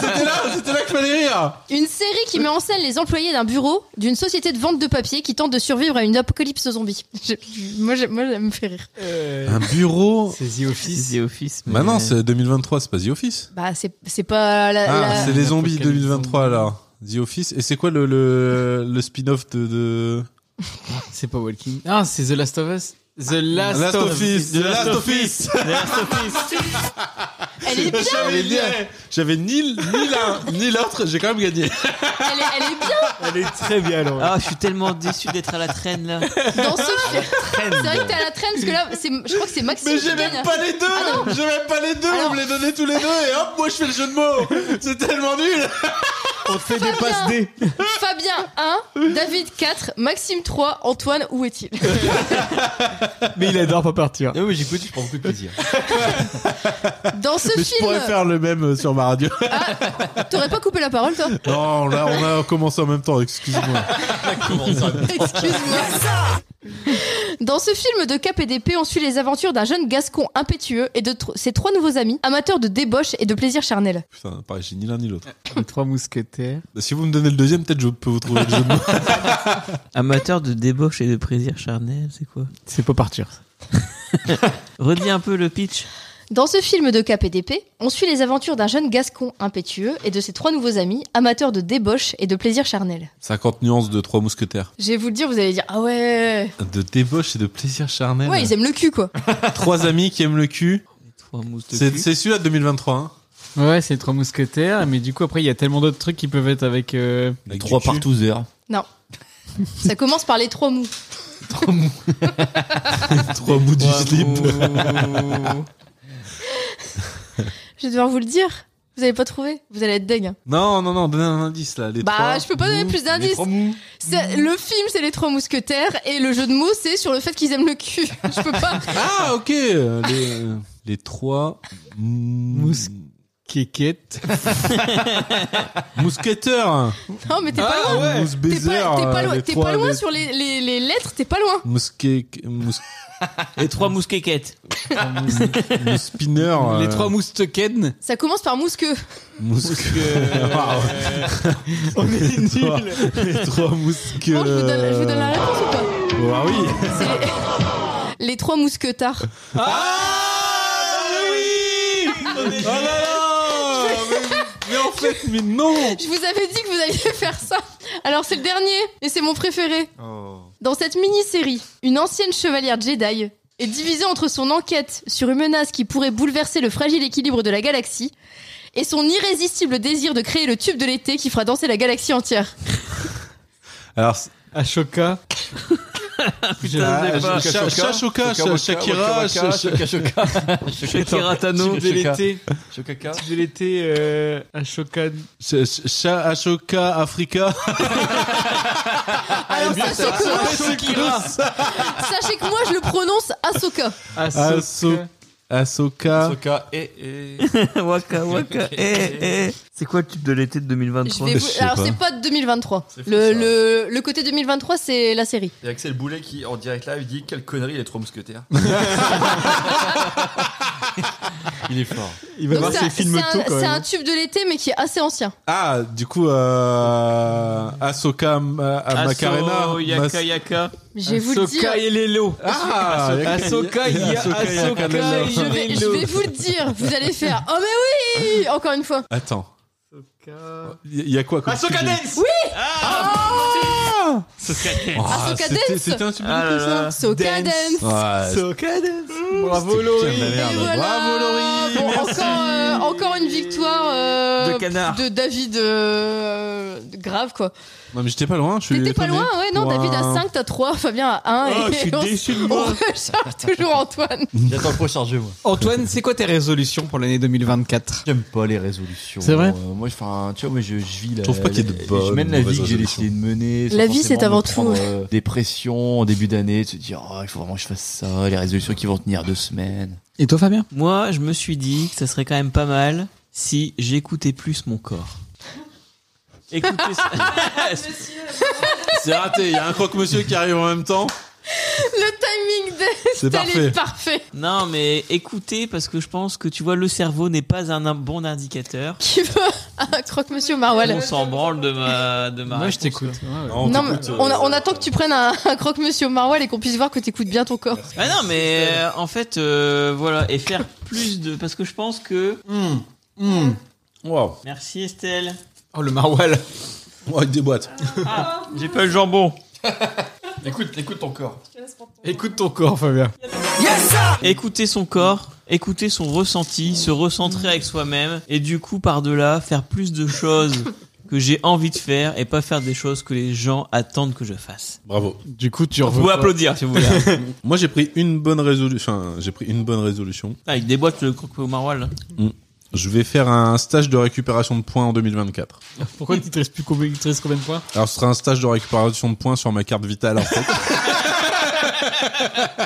C: C'était là, c'était là qu'il fallait rire.
D: Une série qui met en scène les employés d'un bureau d'une société de vente de papier qui tente de survivre à une apocalypse zombie. Je- je- moi, j'ai- moi, ça me fait rire.
C: Un bureau.
A: C'est The Office.
B: The Office.
C: Bah
B: mais-
C: non, c'est 2023, c'est pas The Office.
D: Bah, c'est c'est pas la.
C: Ah,
D: Euh, la-
C: c'est les zombies
A: Apocalypse
C: 2023 alors. The Office. Et c'est quoi le, le, le spin-off de, de...
A: C'est pas Walking. Ah, c'est The Last of Us. The Last,
C: Last
A: of
C: Office. The Last Office.
B: The Last of Us.
D: Elle est bien
C: J'avais bien. J'avais ni, ni l'un ni l'autre, j'ai quand même gagné.
D: Elle est, elle est bien
A: Elle est très bien, Laurie.
B: Ah, je suis tellement déçu d'être à la traîne là.
D: dans ce film. C'est vrai que t'es à la traîne parce que là, c'est- je crois que c'est Maxime
C: Ah, Mais
D: qui
C: j'ai
D: gagne.
C: même pas les deux
D: Ah
C: J'ai même pas les deux
D: Alors-
C: Vous me les donnez tous les deux et hop, moi je fais le jeu de mots C'est tellement nul
A: On te fait des passes dés.
D: Fabien 1, David 4, Maxime 3, Antoine où est-il
A: Mais il adore pas partir.
B: Ah
E: Non, mais j'écoute, je prends beaucoup de plaisir.
D: Dans ce
C: Mais je
D: film,
C: pourrais faire le même euh, sur ma radio.
D: t'aurais pas coupé la parole toi
C: Non, là on a commencé en même temps, excuse-moi.
D: Excuse-moi. Dans ce film de Cap et d'épée, on suit les aventures d'un jeune gascon impétueux et de tr- ses trois nouveaux amis, amateurs de débauche et de plaisir charnel.
C: Putain, pareil, j'ai ni l'un ni l'autre.
F: Les trois mousquetaires.
C: Bah, Si vous me donnez le deuxième, peut-être je peux vous trouver le jeu de mots.
B: Amateur de débauche et de plaisir charnel, c'est quoi
F: C'est pas partir.
B: Redis un peu le pitch.
D: Dans ce film de Cap et d'épée, on suit les aventures d'un jeune gascon impétueux et de ses trois nouveaux amis, amateurs de débauche et de plaisir charnel.
C: 50 nuances de trois mousquetaires.
D: Je vais vous le dire, vous allez dire ah ouais.
C: De débauche et de plaisir charnel.
D: Ouais, ils aiment le cul quoi.
C: Trois amis qui aiment le cul.
B: Les trois mousses de
C: C'est
B: cul.
C: c'est celui-là Oh, de 2023. Hein.
F: Ouais, c'est les trois mousquetaires. Mais du coup, après, il y a tellement d'autres trucs qui peuvent être avec. euh,
C: Avec du
E: Trois
C: cul.
E: partouzers.
D: Ça commence par les trois mous.
C: Trois bouts du slip.
D: Je vais devoir vous le dire. Vous avez pas trouvé Vous allez être hein. dingue.
C: Non, non, non, donnez un indice là. Les
D: Bah,
C: trois
D: je peux pas donner
C: mous.
D: plus d'indices.
C: Les trois mous.
D: C'est- Le film, c'est les trois mousquetaires et le jeu de mots, c'est sur le fait qu'ils aiment le cul. Je peux pas.
C: Ah, ok. euh, Les, euh, les trois mous-
F: Kékette.
C: mousquetaires.
D: Non, mais t'es pas loin.
C: Mousse
D: T'es
C: baiser.
D: pas, t'es pas
C: euh,
D: loin,
C: les
D: t'es
C: trois-
D: pas loin
C: les-
D: sur les, les- les lettres, t'es pas loin.
C: Mousquet, mous,
B: Les trois mousquéquettes.
C: mous- spinner.
F: Les trois mousquetaires.
D: Ça commence par mousqueux.
C: On est nuls. Ah, Les trois mousquets.
D: Bon, je, vous donne, je vous donne la réponse ou pas
C: Ah oui.
D: C'est les... les trois mousquetards.
C: Ah oui Oh là là mais, mais en fait, mais non
D: Je vous avais dit que vous alliez faire ça. Alors c'est le dernier et c'est mon préféré.
C: Oh.
D: Dans cette mini-série, une ancienne chevalière Jedi est divisée entre son enquête sur une menace qui pourrait bouleverser le fragile équilibre de la galaxie et son irrésistible désir de créer le tube de l'été qui fera danser la galaxie entière.
C: Alors, c'est-
F: Ashoka.
B: je sais
C: Cha-
B: pas.
C: Cha- Cha- Shoka, Cha- Shakira, Cha- Cha-
E: Shoka,
B: Shakira Tano.
F: Tube de l'été.
E: Shoka,
F: Tube de l'été. euh, Ashoka.
C: Cha- Cha- Cha- Ashoka Africa.
D: Alors sachez que, moi,
C: Shakira.
D: sachez que moi je le prononce Ahsoka.
F: Aso-
C: Aso- Ahsoka.
E: Ahsoka et.
B: waka waka eh, eh. C'est quoi le tube de l'été de
D: Je
B: 2023
D: vais vous- Alors, c'est pas de 2023. Le, le, le côté 2023, c'est la série.
E: Et Axel Boulet qui, en direct live, dit Quelle connerie les trois mousquetaires. Il est fort.
C: Il va
D: Donc,
C: voir
D: c'est
C: ses
D: un-
C: films
D: c'est un-
C: auto, quand
D: C'est
C: même.
D: un tube de l'été, mais qui est assez ancien.
C: Ah, du coup, euh, Ahsoka Ma- à
B: Asso,
C: Macarena.
B: Yaka
C: Mas-
B: Yaka.
D: Je vais vous le dire.
F: Ahsoka et Lelo.
C: Ah,
F: Ahsoka, il y a
C: Ahsoka, il y a
F: Ahsoka
C: Kanalo.
D: Je vais, je vais vous le dire. Vous allez faire Oh, mais oui Encore une fois.
C: Attends. Il y a quoi comme
D: Ahsoka
C: sujet
D: Dance Oui Ah
C: Oh,
D: Ahsoka
C: c'était-
D: Dance
C: C'était un super
D: Ah là là.
C: ça
D: Ahsoka Dance.
C: Ouais,
F: Ahsoka Dance.
L: Mmh.
F: Bravo
C: c'était
F: Laurie.
C: putain de la merde.
D: Et voilà.
C: Bravo Laurie.
D: Bon,
C: Merci.
D: encore, euh, encore une victoire euh,
C: De canard.
D: de David euh, grave quoi.
C: Non, mais j'étais pas loin. je suis
D: T'es pas
C: étonné.
D: loin, ouais, non, David à
C: Ouah.
D: 5, t'as 3, Fabien à 1.
C: Oh,
D: et
C: je suis
D: on,
C: déçu de
D: on
C: moi.
D: recharge toujours Antoine.
E: J'attends le prochain jeu, moi.
F: Antoine, c'est quoi tes résolutions pour l'année 2024
E: J'aime pas les résolutions.
F: C'est vrai
E: Euh, Moi, je, enfin, tu vois, moi, je, je vis la.
F: Je trouve pas qu'il y ait de
E: la-
F: bonnes
E: Je mène la vie
F: mauvaises
E: que j'ai décidé de mener. sans
D: La vie,
E: forcément
D: c'est avant
E: me
D: tout.
E: prendre, euh, des pressions en début d'année, de se dire, oh, il faut vraiment que je fasse ça, les résolutions qui vont tenir deux semaines.
F: Et toi, Fabien
B: Moi, je me suis dit que ça serait quand même pas mal si j'écoutais plus mon corps. Écoutez
C: C'est raté. Il y a un croque-monsieur qui arrive en même temps.
D: Le timing de
B: C'est
D: Stan
B: parfait.
D: est parfait.
B: Non, mais écoutez, parce que je pense que tu vois, le cerveau n'est pas un, un bon indicateur.
D: Qui veut un Ah, croque-monsieur Marwell
B: On s'en branle de ma, de ma
F: Moi, je
B: réponse,
F: t'écoute.
B: quoi.
D: Non, mais
C: euh,
D: on,
B: euh,
D: a- on attend que tu prennes un, un croque-monsieur Marwell et qu'on puisse voir que t'écoutes bien ton corps.
B: Ah non, mais euh, en fait, euh, voilà, et faire plus de. Parce que je pense que.
C: Hmm.
D: Hmm.
C: Wow.
B: Merci Estelle.
F: Oh, le maroilles.
C: Oh, il déboîte.
B: Ah, j'ai pas eu le jambon.
E: Écoute, écoute ton corps.
F: Écoute ton corps, Fabien.
B: Écouter son corps, écouter son ressenti, se recentrer avec soi-même, et du coup, par-delà, faire plus de choses que j'ai envie de faire et pas faire des choses que les gens attendent que je fasse.
C: Bravo.
F: Du coup, tu
B: Vous pouvez applaudir si vous voulez.
C: Moi, j'ai pris une bonne résolution. Enfin, j'ai pris une bonne résolution.
B: Ah, Avec des boîtes le croque au maroilles.
C: Mm. Je vais faire un stage de récupération de points en 2024.
F: Pourquoi il te reste plus combien, il te reste combien de points
C: Alors, ce sera un stage de récupération de points sur ma carte vitale, en fait.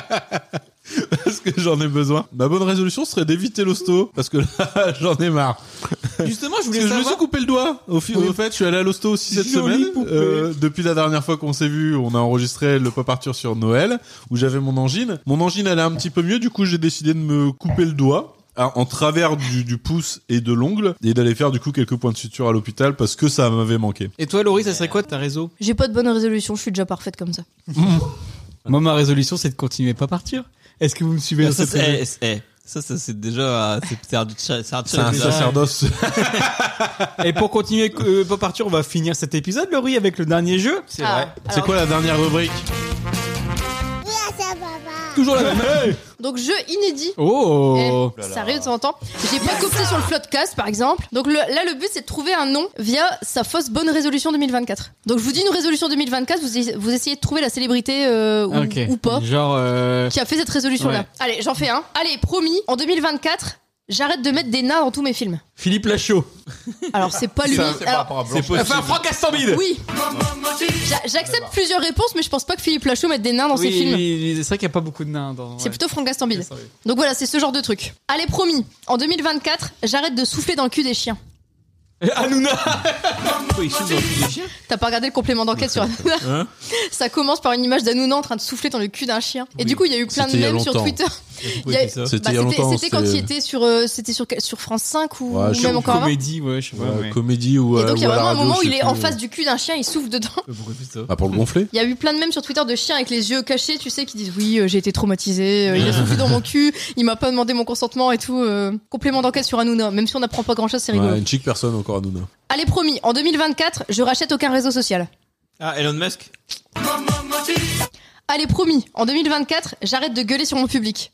C: parce que j'en ai besoin. Ma bonne résolution serait d'éviter l'hosto, parce que là, j'en ai marre.
B: Justement, je
C: voulais Parce que je me savoir- suis coupé le doigt. Au, fi- au fait, je suis allé à l'hosto aussi cette
F: Jolie
C: semaine. Euh, depuis la dernière fois qu'on s'est vu, on a enregistré le Pop Arthur sur Noël, où j'avais mon angine. Mon angine allait un petit peu mieux, du coup, j'ai décidé de me couper le doigt. à- En travers du, du pouce et de l'ongle, et d'aller faire du coup quelques points de suture à l'hôpital parce que ça m'avait manqué.
F: Et toi, Laurie, ça serait quoi ta réseau
D: J'ai pas de bonne résolution, je suis déjà parfaite comme ça.
F: Moi, ma résolution, c'est de continuer pas partir. Est-ce que vous me suivez
E: Bah,
F: dans
B: ça,
F: cette
B: c'est,
F: résolution
B: eh, eh, ça, ça, c'est déjà. euh, C'est, c'est un, c'est un-
F: C'est un sacerdoce. Et pour continuer euh, pas partir, on va finir cet épisode, Laurie, avec le dernier jeu.
C: C'est vrai.
D: Ah,
C: C'est quoi la dernière rubrique
F: Toujours la même.
D: Donc, jeu inédit.
F: Oh
D: Eh, ça arrive de temps en temps. J'ai pas copié sur le Floodcast par exemple. Donc le- là, le but c'est de trouver un nom via sa fausse bonne résolution 2024. Donc je vous dis une résolution 2024, vous, es- vous essayez de trouver la célébrité euh, ou,
F: Ok.
D: ou pas
F: Genre. euh,
D: qui a fait cette résolution là.
F: Ouais.
D: Allez, j'en fais un. Allez, promis, en 2024, j'arrête de mettre des nains dans tous mes films.
F: Philippe Lachaud.
D: Alors c'est pas lui.
F: Ça, c'est par
D: Alors,
F: rapport à Blanche. C'est possible. Enfin, Franck Castambide.
D: Oui. J'a- J'accepte plusieurs réponses, mais je pense pas que Philippe Lachaud mette des nains dans ses
F: Oui,
D: films.
F: oui, C'est vrai qu'il n'y a pas beaucoup de nains dans.
D: C'est
F: ouais.
D: plutôt Franck Gastambide. Donc voilà, c'est ce genre de truc. Allez, promis, en 2024, j'arrête de souffler dans le cul des chiens.
F: Hanouna
D: T'as pas regardé le complément d'enquête sur Hanouna
L: Hein
A: Eh
D: Ça commence par une image d'Hanouna en train de souffler dans le cul d'un chien. Et du coup, il y a eu plein de
C: C'était il y a
D: mèmes sur
C: longtemps.
D: Twitter.
C: Pourquoi
D: Il y a-
C: il fait ça
D: bah,
C: C'était il y a longtemps,
D: C'était quand
C: c'était-
D: il était sur, euh, c'était sur, sur France 5 ou,
C: Ouais,
D: ou
C: je sais
D: même
C: pas,
D: encore avant.
F: Comédie, ouais, je sais pas.
C: Ouais, Euh, Comédie ou.
D: Et donc, il y a
C: ou à la
D: vraiment un
C: radio,
D: moment où
C: je sais
D: il est en
C: plus.
D: face du cul d'un chien, il souffle dedans.
C: Ah, pour le gonfler
D: Il y a eu plein de mèmes sur Twitter de chiens avec les yeux cachés, tu sais, qui disent oui, euh, j'ai été traumatisé, euh, il a soufflé dans mon cul, il m'a pas demandé mon consentement et tout. euh, complément d'enquête sur Hanouna, même si on n'apprend pas grand chose, c'est rigolo.
C: Ouais, Une chic personne encore à Nouna.
D: Allez, promis, en 2024, je rachète aucun réseau social.
B: Ah, Elon Musk
D: Allez, promis, en 2024, j'arrête de gueuler sur mon public.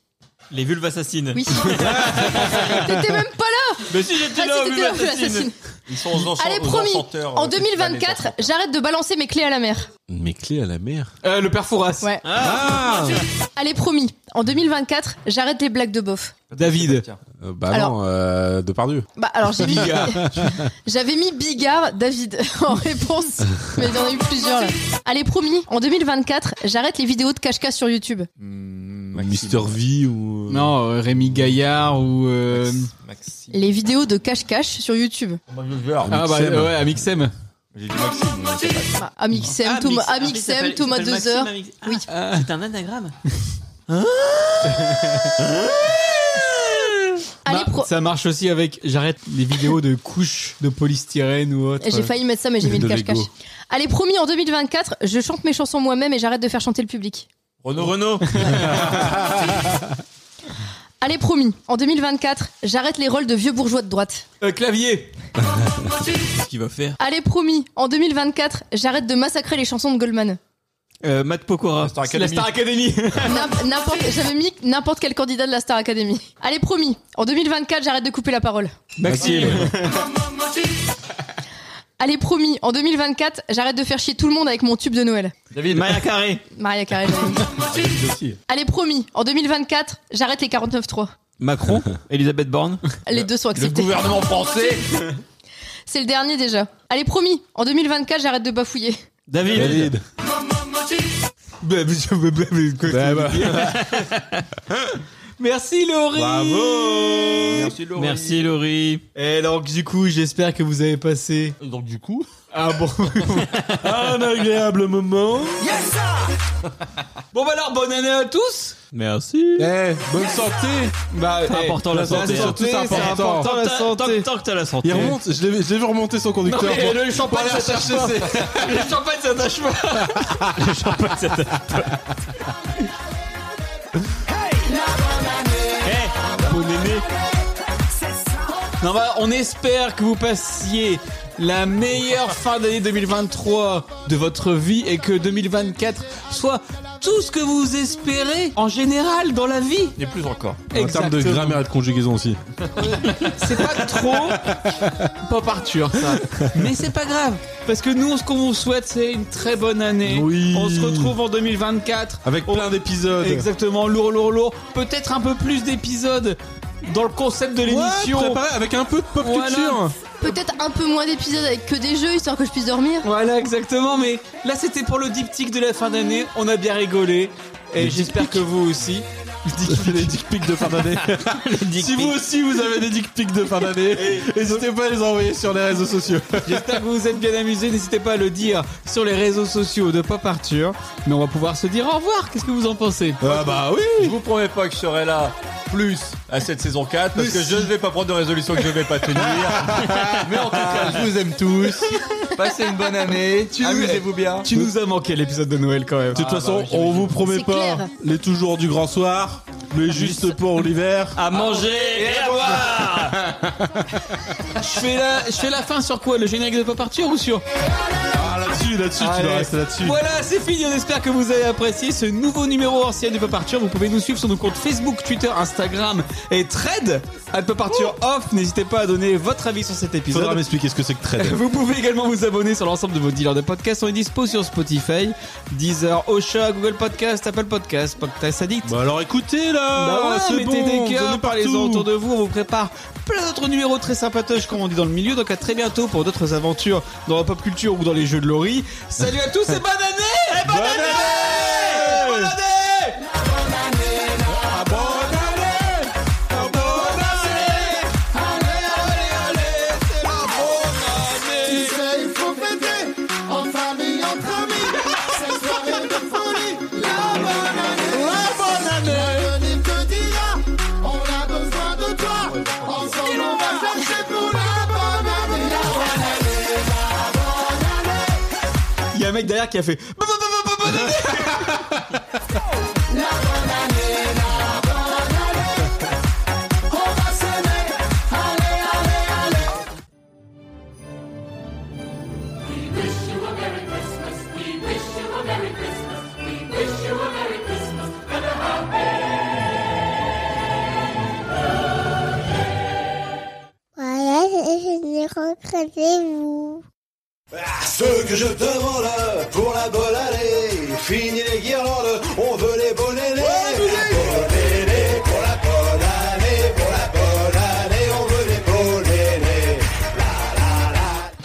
B: Les vulves assassines.
D: Oui. T'étais même pas là
B: Mais si, j'étais
D: Ah,
B: là,
D: si,
B: aux
D: t'étais là,
B: vulves
D: aux
B: assassines.
D: assassines.
E: Ils sont aux
D: Allez, promis, en 2024, j'arrête de balancer mes clés à la mer.
C: Mes clés à la mer
F: Euh, le père Fouras.
D: Ouais. Allez, promis, en 2024, j'arrête les blagues de bof.
A: David.
C: Euh, bah
D: Alors-
C: non, euh, Depardieu.
D: Bah, alors, j'ai mis- J'avais mis Bigard David en réponse, mais il y en a eu plusieurs. Là. Allez, promis, en 2024, j'arrête les vidéos de cache-cache sur YouTube.
C: Mister V ou.
A: Non, euh, Rémi Gaillard ou. euh,
D: Les vidéos de cache-cache sur YouTube.
A: Ah bah
E: Amixem.
A: ouais, Amixem.
D: Bah, Amixem,
B: Ah,
D: Thomas,
B: Mix- ah, il
D: Amixem,
B: s'appelle-
D: Thomas
B: il s'appelle
D: Dezer.
B: Maxime Amix-
D: Oui.
B: Ah, C'est un anagramme.
D: Hein Allez, pro-
A: Ça marche aussi avec. J'arrête les vidéos de couches de polystyrène ou autre.
D: J'ai failli mettre ça, mais j'ai mis le
A: De
D: cache-cache.
A: Lego.
D: Allez, promis, en 2024, je chante mes chansons moi-même et j'arrête de faire chanter le public.
B: Renault. Renault.
D: Allez, promis, en 2024, j'arrête les rôles de vieux bourgeois de droite.
B: Euh, clavier. Qu'est-ce qu'il va faire
D: Allez, promis, en 2024, j'arrête de massacrer les chansons de Goldman.
B: euh, Matt Pokora. La Star
A: Academy.
D: N'im- n'importe- J'avais mis n'importe quel candidat de la Star Academy. Allez, promis, en 2024, j'arrête de couper la parole.
B: Maxime.
D: Allez, promis, en 2024, j'arrête de faire chier tout le monde avec mon tube de Noël.
B: David. Maya Carré.
D: Maria Carré. j'avais mis. Allez, promis, en 2024, j'arrête les 49.3.
B: Macron. Elisabeth Borne.
D: Les deux sont acceptés.
B: français.
D: C'est le dernier déjà. Allez, promis, en 2024, j'arrête de bafouiller.
B: David. David.
A: Bah, Merci Laurie. Bravo. Merci Laurie.
B: Merci Laurie.
A: Et donc du coup, j'espère que vous avez passé. Donc du coup. Ah bon. Un agréable moment.
L: Yes,
A: Bon bah alors, bonne année à tous.
B: Merci.
C: Eh, bonne santé. Eh,
A: Bah,
B: C'est important la santé.
C: c'est hein. important.
B: Tant que t'as-
A: santé.
B: tant que- Tant que t'as la santé.
C: Il remonte, je l'ai- je l'ai vu remonter son conducteur.
A: Non, mais
C: pour-
A: le champagne
C: pour aller
A: s'attache
C: chercher
A: pas.
C: ses-
A: Le champagne s'attache pas.
B: Le champagne s'attache pas. Eh, bon aîné.
A: Non, bah, on espère que vous passiez la meilleure fin d'année 2023 de votre vie et que 2024 soit tout ce que vous espérez en général dans la vie.
E: Et plus encore.
C: En termes de
A: Exactement.
C: grammaire et de conjugaison aussi.
A: C'est pas trop pas parture ça. Mais c'est pas grave parce que nous ce qu'on vous souhaite c'est une très bonne année.
C: Oui.
A: On se retrouve en 2024
C: Avec plein d'épisodes.
A: Exactement, lourd lourd lourd, peut-être un peu plus d'épisodes dans le concept de l'émission.
C: préparé avec un peu de pop
A: Voilà.
C: culture.
D: Peut-être un peu moins d'épisodes avec que des jeux, histoire que je puisse dormir.
A: Voilà, exactement. Mais là, c'était pour le diptyque de la fin d'année. On a bien rigolé. Et j'espère que vous aussi.
C: Les dick pics de fin d'année. si vous aussi vous avez des dick pics de fin d'année, n'hésitez pas à les envoyer sur les réseaux sociaux.
A: J'espère que vous vous êtes bien amusés. N'hésitez pas à le dire sur les réseaux sociaux de Pop Arthur. Mais on va pouvoir se dire au revoir. Qu'est-ce que vous en pensez
C: Ah bah oui
E: Je vous promets pas que je serai là plus à cette saison 4 parce que je ne vais pas prendre de résolution que je vais pas tenir. Mais en tout
A: Bah,
E: cas, je vous aime tous. Passez Ah, une bonne année. Amusez-vous bien.
A: Tu nous as manqué l'épisode de Noël quand même. Ah, bah,
C: De toute façon, on vous promet
D: C'est
C: pas
D: clair.
C: les toujours du grand soir, mais juste pour l'hiver. Ah,
B: À manger et à boire.
A: Je fais la, je fais la fin sur quoi Le générique de Pop Arthur ou sur
C: Ah là-dessus, là-dessus, tu
A: Allez.
C: dois rester là-dessus.
A: Voilà, c'est fini. On espère que vous avez apprécié ce nouveau numéro ancien de Pop Arthur. Vous pouvez nous suivre sur nos comptes Facebook, Twitter, Instagram et Trade à Pop Arthur Off. N'hésitez pas à donner votre avis sur cet épisode.
C: Faudra m'expliquer ce que c'est que trade.
A: Vous pouvez également vous abonner sur l'ensemble de vos dealers de podcasts. On est dispo sur Spotify, Deezer, Ocha, Google Podcast, Apple Podcast, Podcast Addict.
C: Bah alors écoutez là,
A: Bah ouais,
C: c'est
A: mettez
C: bon,
A: des cœurs,
C: venez
A: parlez-en
C: partout.
A: autour de vous, on vous prépare plein d'autres numéros très sympatoches comme on dit dans le milieu, donc à très bientôt pour d'autres aventures dans la pop culture ou dans les jeux de Laurie. Salut à tous et bonne année Et bonne, année, Ah, Bonne année Ah, Il y a un mec derrière qui a fait
O: Voilà, je ne regrettez vous.
P: Ce que je demande pour la bonne année, fini les guirlandes, on veut les bonnets, les bonnets pour la bonne année.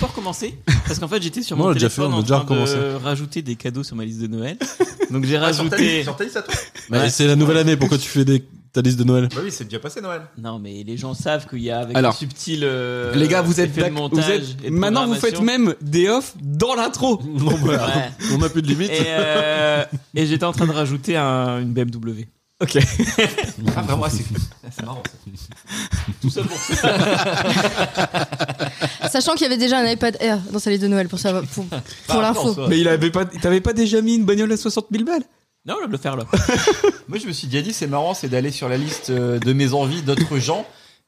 B: recommencé parce qu'en fait j'étais sur
C: Non, on
B: mon
C: l'a déjà
B: téléphone
C: fait, on a
B: en
C: déjà
B: train de
C: recommencé.
B: rajouter des cadeaux sur ma liste de Noël. Donc j'ai
E: Ah, sur ta
B: rajouté.
E: liste- sur ta liste à toi
C: Bah,
B: Ouais.
C: C'est la nouvelle année, pourquoi tu fais des... ta liste de Noël
E: Bah oui, c'est déjà passé Noël.
B: Non mais les gens savent qu'il y a avec
A: Alors,
B: le subtil. euh,
A: les gars, vous êtes,
B: effet de
A: d'ac-
B: montage
A: vous êtes-
B: et de
A: maintenant vous faites
B: programmation. bah,
A: même des offs dans l'intro.
B: Ouais.
C: On n'a plus de limite.
B: Et, euh, et j'étais en train de rajouter un- une BMW.
A: Ok.
B: ah,
E: vraiment, c'est- c'est marrant,
B: Tout ça pour ça.
D: Sachant qu'il y avait déjà un iPad Air dans sa liste de Noël pour, ça, pour, pour l'info.
A: Mais il avait pas, t'avais pas déjà mis une bagnole à 60 000 balles
B: Non, on va le faire là.
E: Moi, je me suis déjà dit, c'est marrant, c'est d'aller sur la liste euh, de mes envies d'autres gens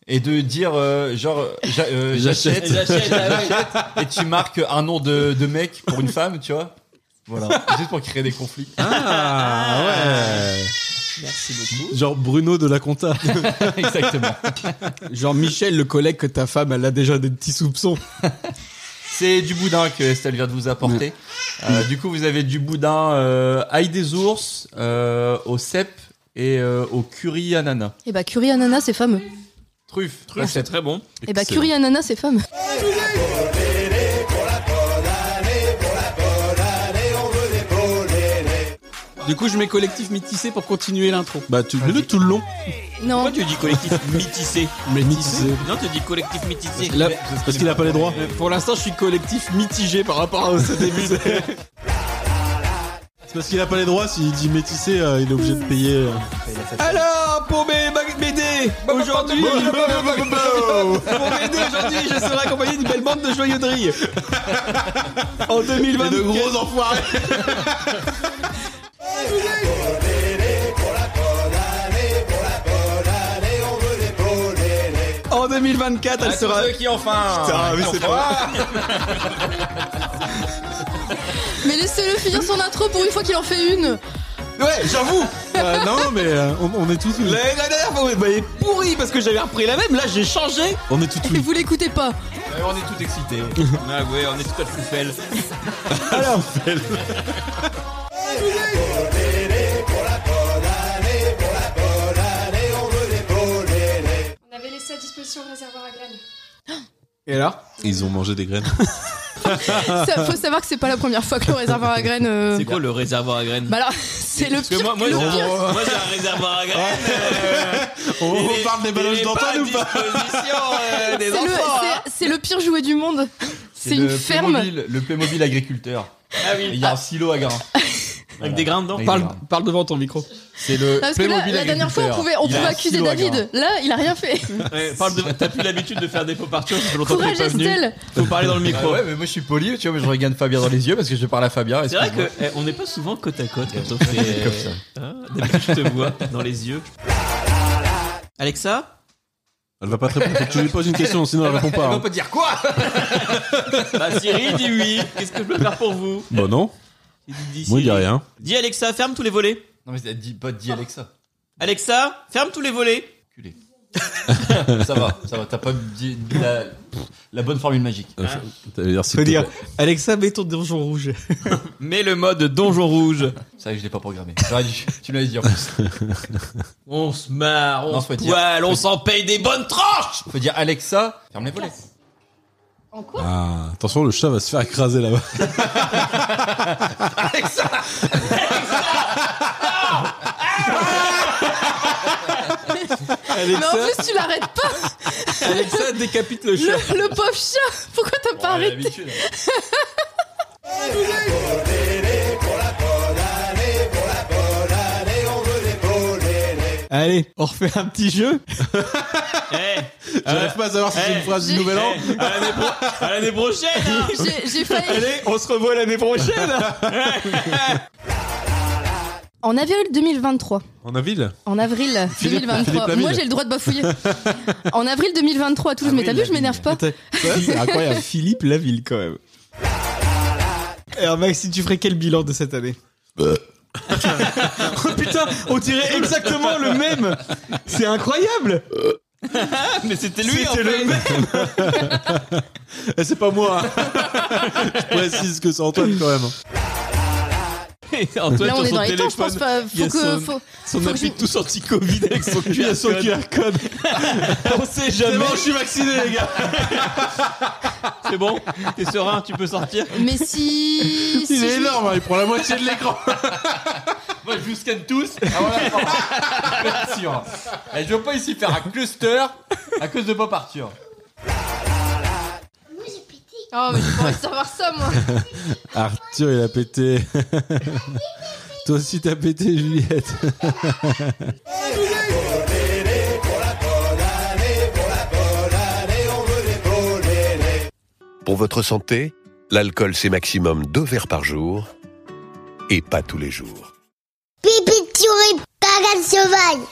E: et de dire, euh, genre, j'a- euh,
B: J'achète.
E: j'achète,
B: J'achète, ah ouais.
E: j'achète, et tu marques un nom de, de mec pour une femme, tu vois. Voilà, juste pour créer des conflits.
C: Ah ouais
B: Merci beaucoup.
C: Genre Bruno de la compta.
E: Exactement.
A: Genre Michel, le collègue que ta femme, elle a déjà des petits soupçons.
E: C'est du boudin que Estelle vient de vous apporter. Euh, du coup, vous avez du boudin euh, ail des ours, euh, au cep et euh, au curry ananas.
D: Et bah, curry ananas, c'est fameux.
E: Truffe.
B: Truffe, c'est très bon.
D: Et bah, curry ananas, c'est fameux.
A: Du coup, je mets collectif métissé pour continuer l'intro.
C: Bah, tu mets-le tout le long.
D: Non.
B: Pourquoi tu dis collectif métissé
A: Métissé.
B: Non, tu dis collectif métissé.
A: Là-
C: Parce qu'il a pas les droits.
A: Pour l'instant, je suis collectif mitigé par rapport à ce début.
C: C'est parce qu'il a pas les droits, s'il dit métissé, euh, il est obligé de payer. euh.
A: Alors, pour mes bag- BD, aujourd'hui, pour mes BD, aujourd'hui, je serai accompagné d'une belle bande de joyeux drilles. En 2020.
C: Et de gros
A: enfoirés. En 2024, elle
E: À
A: sera.
E: tous ceux qui enfin.
A: Putain, mais c'est pas.
D: Mais laissez-le finir son intro pour une fois qu'il en fait une.
A: Ouais, j'avoue.
C: Euh, non, non, mais euh, on, on est tous.
A: La, la dernière fois, bah, elle est pourrie parce que j'avais repris la même. Là, j'ai changé.
C: On est tous.
D: Et vous l'écoutez pas.
E: on est tout excités.
B: Ah ouais, on est tout à foufelle.
A: Alors.
H: On avait laissé à disposition le réservoir à glanes.
A: Et alors
C: Ils ont mangé des graines.
D: Ça, faut savoir que c'est pas la première fois que le réservoir à graines. euh,
B: C'est quoi le réservoir à graines
D: Bah alors, c'est le
B: Parce que
D: pire.
B: Ah, moi, moi, j'ai
D: le
B: un,
D: pire.
B: moi, j'ai un réservoir à graines. euh,
C: On
B: on
C: reparle des
B: ballons
C: ballonges d'antan ou pas
B: euh,
D: C'est le- c'est- c'est le pire jouet du monde. C'est une
E: le
D: ferme.
E: Playmobil, le Playmobil agriculteur.
B: Ah oui.
E: Il y a un silo à grains.
B: Avec des grains dedans
A: Parle, parle devant ton micro.
E: C'est le
A: euh,
D: Ah, parce que là,
E: Playmobil
D: la dernière fois, on
E: agriculteur.
D: pouvait, on
E: Il a
D: pouvait
E: un
D: accuser
E: silo à grains.
D: David. Là, il a rien fait.
B: Ouais, parle de... T'as plus l'habitude de faire des faux parties, ça fait longtemps que t'es
D: Courage,
B: pas venu.
D: Estelle.
B: Faut parler dans le
E: Ah
B: micro.
E: ouais, mais moi je suis poli, tu vois, moi, je regarde Fabien dans les yeux parce que je parle à Fabien.
B: C'est vrai
E: excuse-moi.
B: qu'on n'est pas souvent côte à côte quand on fait.
E: comme ça.
B: Hein, D'habitude, je te vois dans les yeux. Alexa
C: Elle va pas te répondre. Faut que tu lui poses une question, sinon elle répond pas.
E: Elle
C: hein.
E: va pas dire quoi
B: Bah, Siri, dis oui. Qu'est-ce que je peux faire pour vous
C: Bon, Bah non.
B: Dis
C: Moi, il dit
B: Siri.
C: rien.
B: Dis Alexa, ferme tous les volets.
E: Non, mais elle dit pas dit Alexa.
B: Alexa, ferme tous les volets.
E: ça va, ça va, t'as pas dit la, la bonne formule magique.
C: T'allais dire,
A: Faut
C: s'il te
A: dire,
C: plaît.
A: Alexa, mets ton donjon rouge.
B: Mets le mode donjon rouge.
E: C'est vrai que je l'ai pas programmé. J'aurais dû- tu me l'avais dit en plus.
B: On se marre, on
E: Non,
B: se
E: faut dire-
B: poêle, on s'en paye des bonnes tranches.
E: Faut dire Alexa, ferme les volets.
C: Ah, attention, le chat va se faire écraser là-bas.
D: Mais en plus, tu l'arrêtes pas.
A: Alexa décapite le chat.
D: Le, le pauvre chat. Pourquoi t'as pas
E: Ouais,
D: arrêté
E: l'habitude.
A: Allez, on refait un petit jeu.
B: Eh,
C: J'arrive pas à savoir si c'est une phrase du nouvel an.
B: eh, à l'année pro- à l'année prochaine. hein.
D: J'ai j'ai failli.
A: Allez, on se revoit l'année prochaine.
D: En avril 2023.
C: En ville
D: En avril
C: Philippe-
D: 2023.
C: Philippe Lamine.
D: Moi, j'ai le droit de bafouiller. en avril 2023, Toulouse. Mais t'as vu, je m'énerve pas.
A: c'est incroyable. Philippe Laville, quand même. Alors, Maxime, tu ferais quel bilan de cette année
B: Bah.
A: Oh putain, on dirait exactement le même. C'est incroyable.
B: Euh, Mais c'était lui en
A: C'était
B: fait.
A: le même.
C: Eh, c'est pas moi. hein. Je précise que c'est Antoine quand même.
B: Et Antoine
D: Là, on
B: sur
D: est
B: son
D: dans les temps,
B: téléphone.
D: je pense pas.
B: il y
D: Faut
B: a
D: que.
B: son-
D: faut-
B: Son
D: faut que
B: appli
D: je-
B: tous anti-Covid avec son QR
A: Son
B: code.
A: QR code.
B: On sait jamais.
A: je suis vacciné, les gars.
Q: C'est bon T'es serein, tu peux sortir
D: Mais si.
R: Il
D: si
R: est
D: je-
R: énorme, hein, il prend la moitié de l'écran.
A: Moi, je vous scanne tous. Ah, voilà, bon. Je suis pas sûr. Et je veux pas ici faire un cluster à cause de Pop Arthur.
D: Oh, mais j'ai pas envie de savoir ça, moi.
R: Arthur, il a pété. Toi aussi, t'as pété, Juliette.
C: Pour votre santé, l'alcool c'est maximum deux verres par jour et pas tous les jours.
L: Pipi, tu riz, cagade sauvage.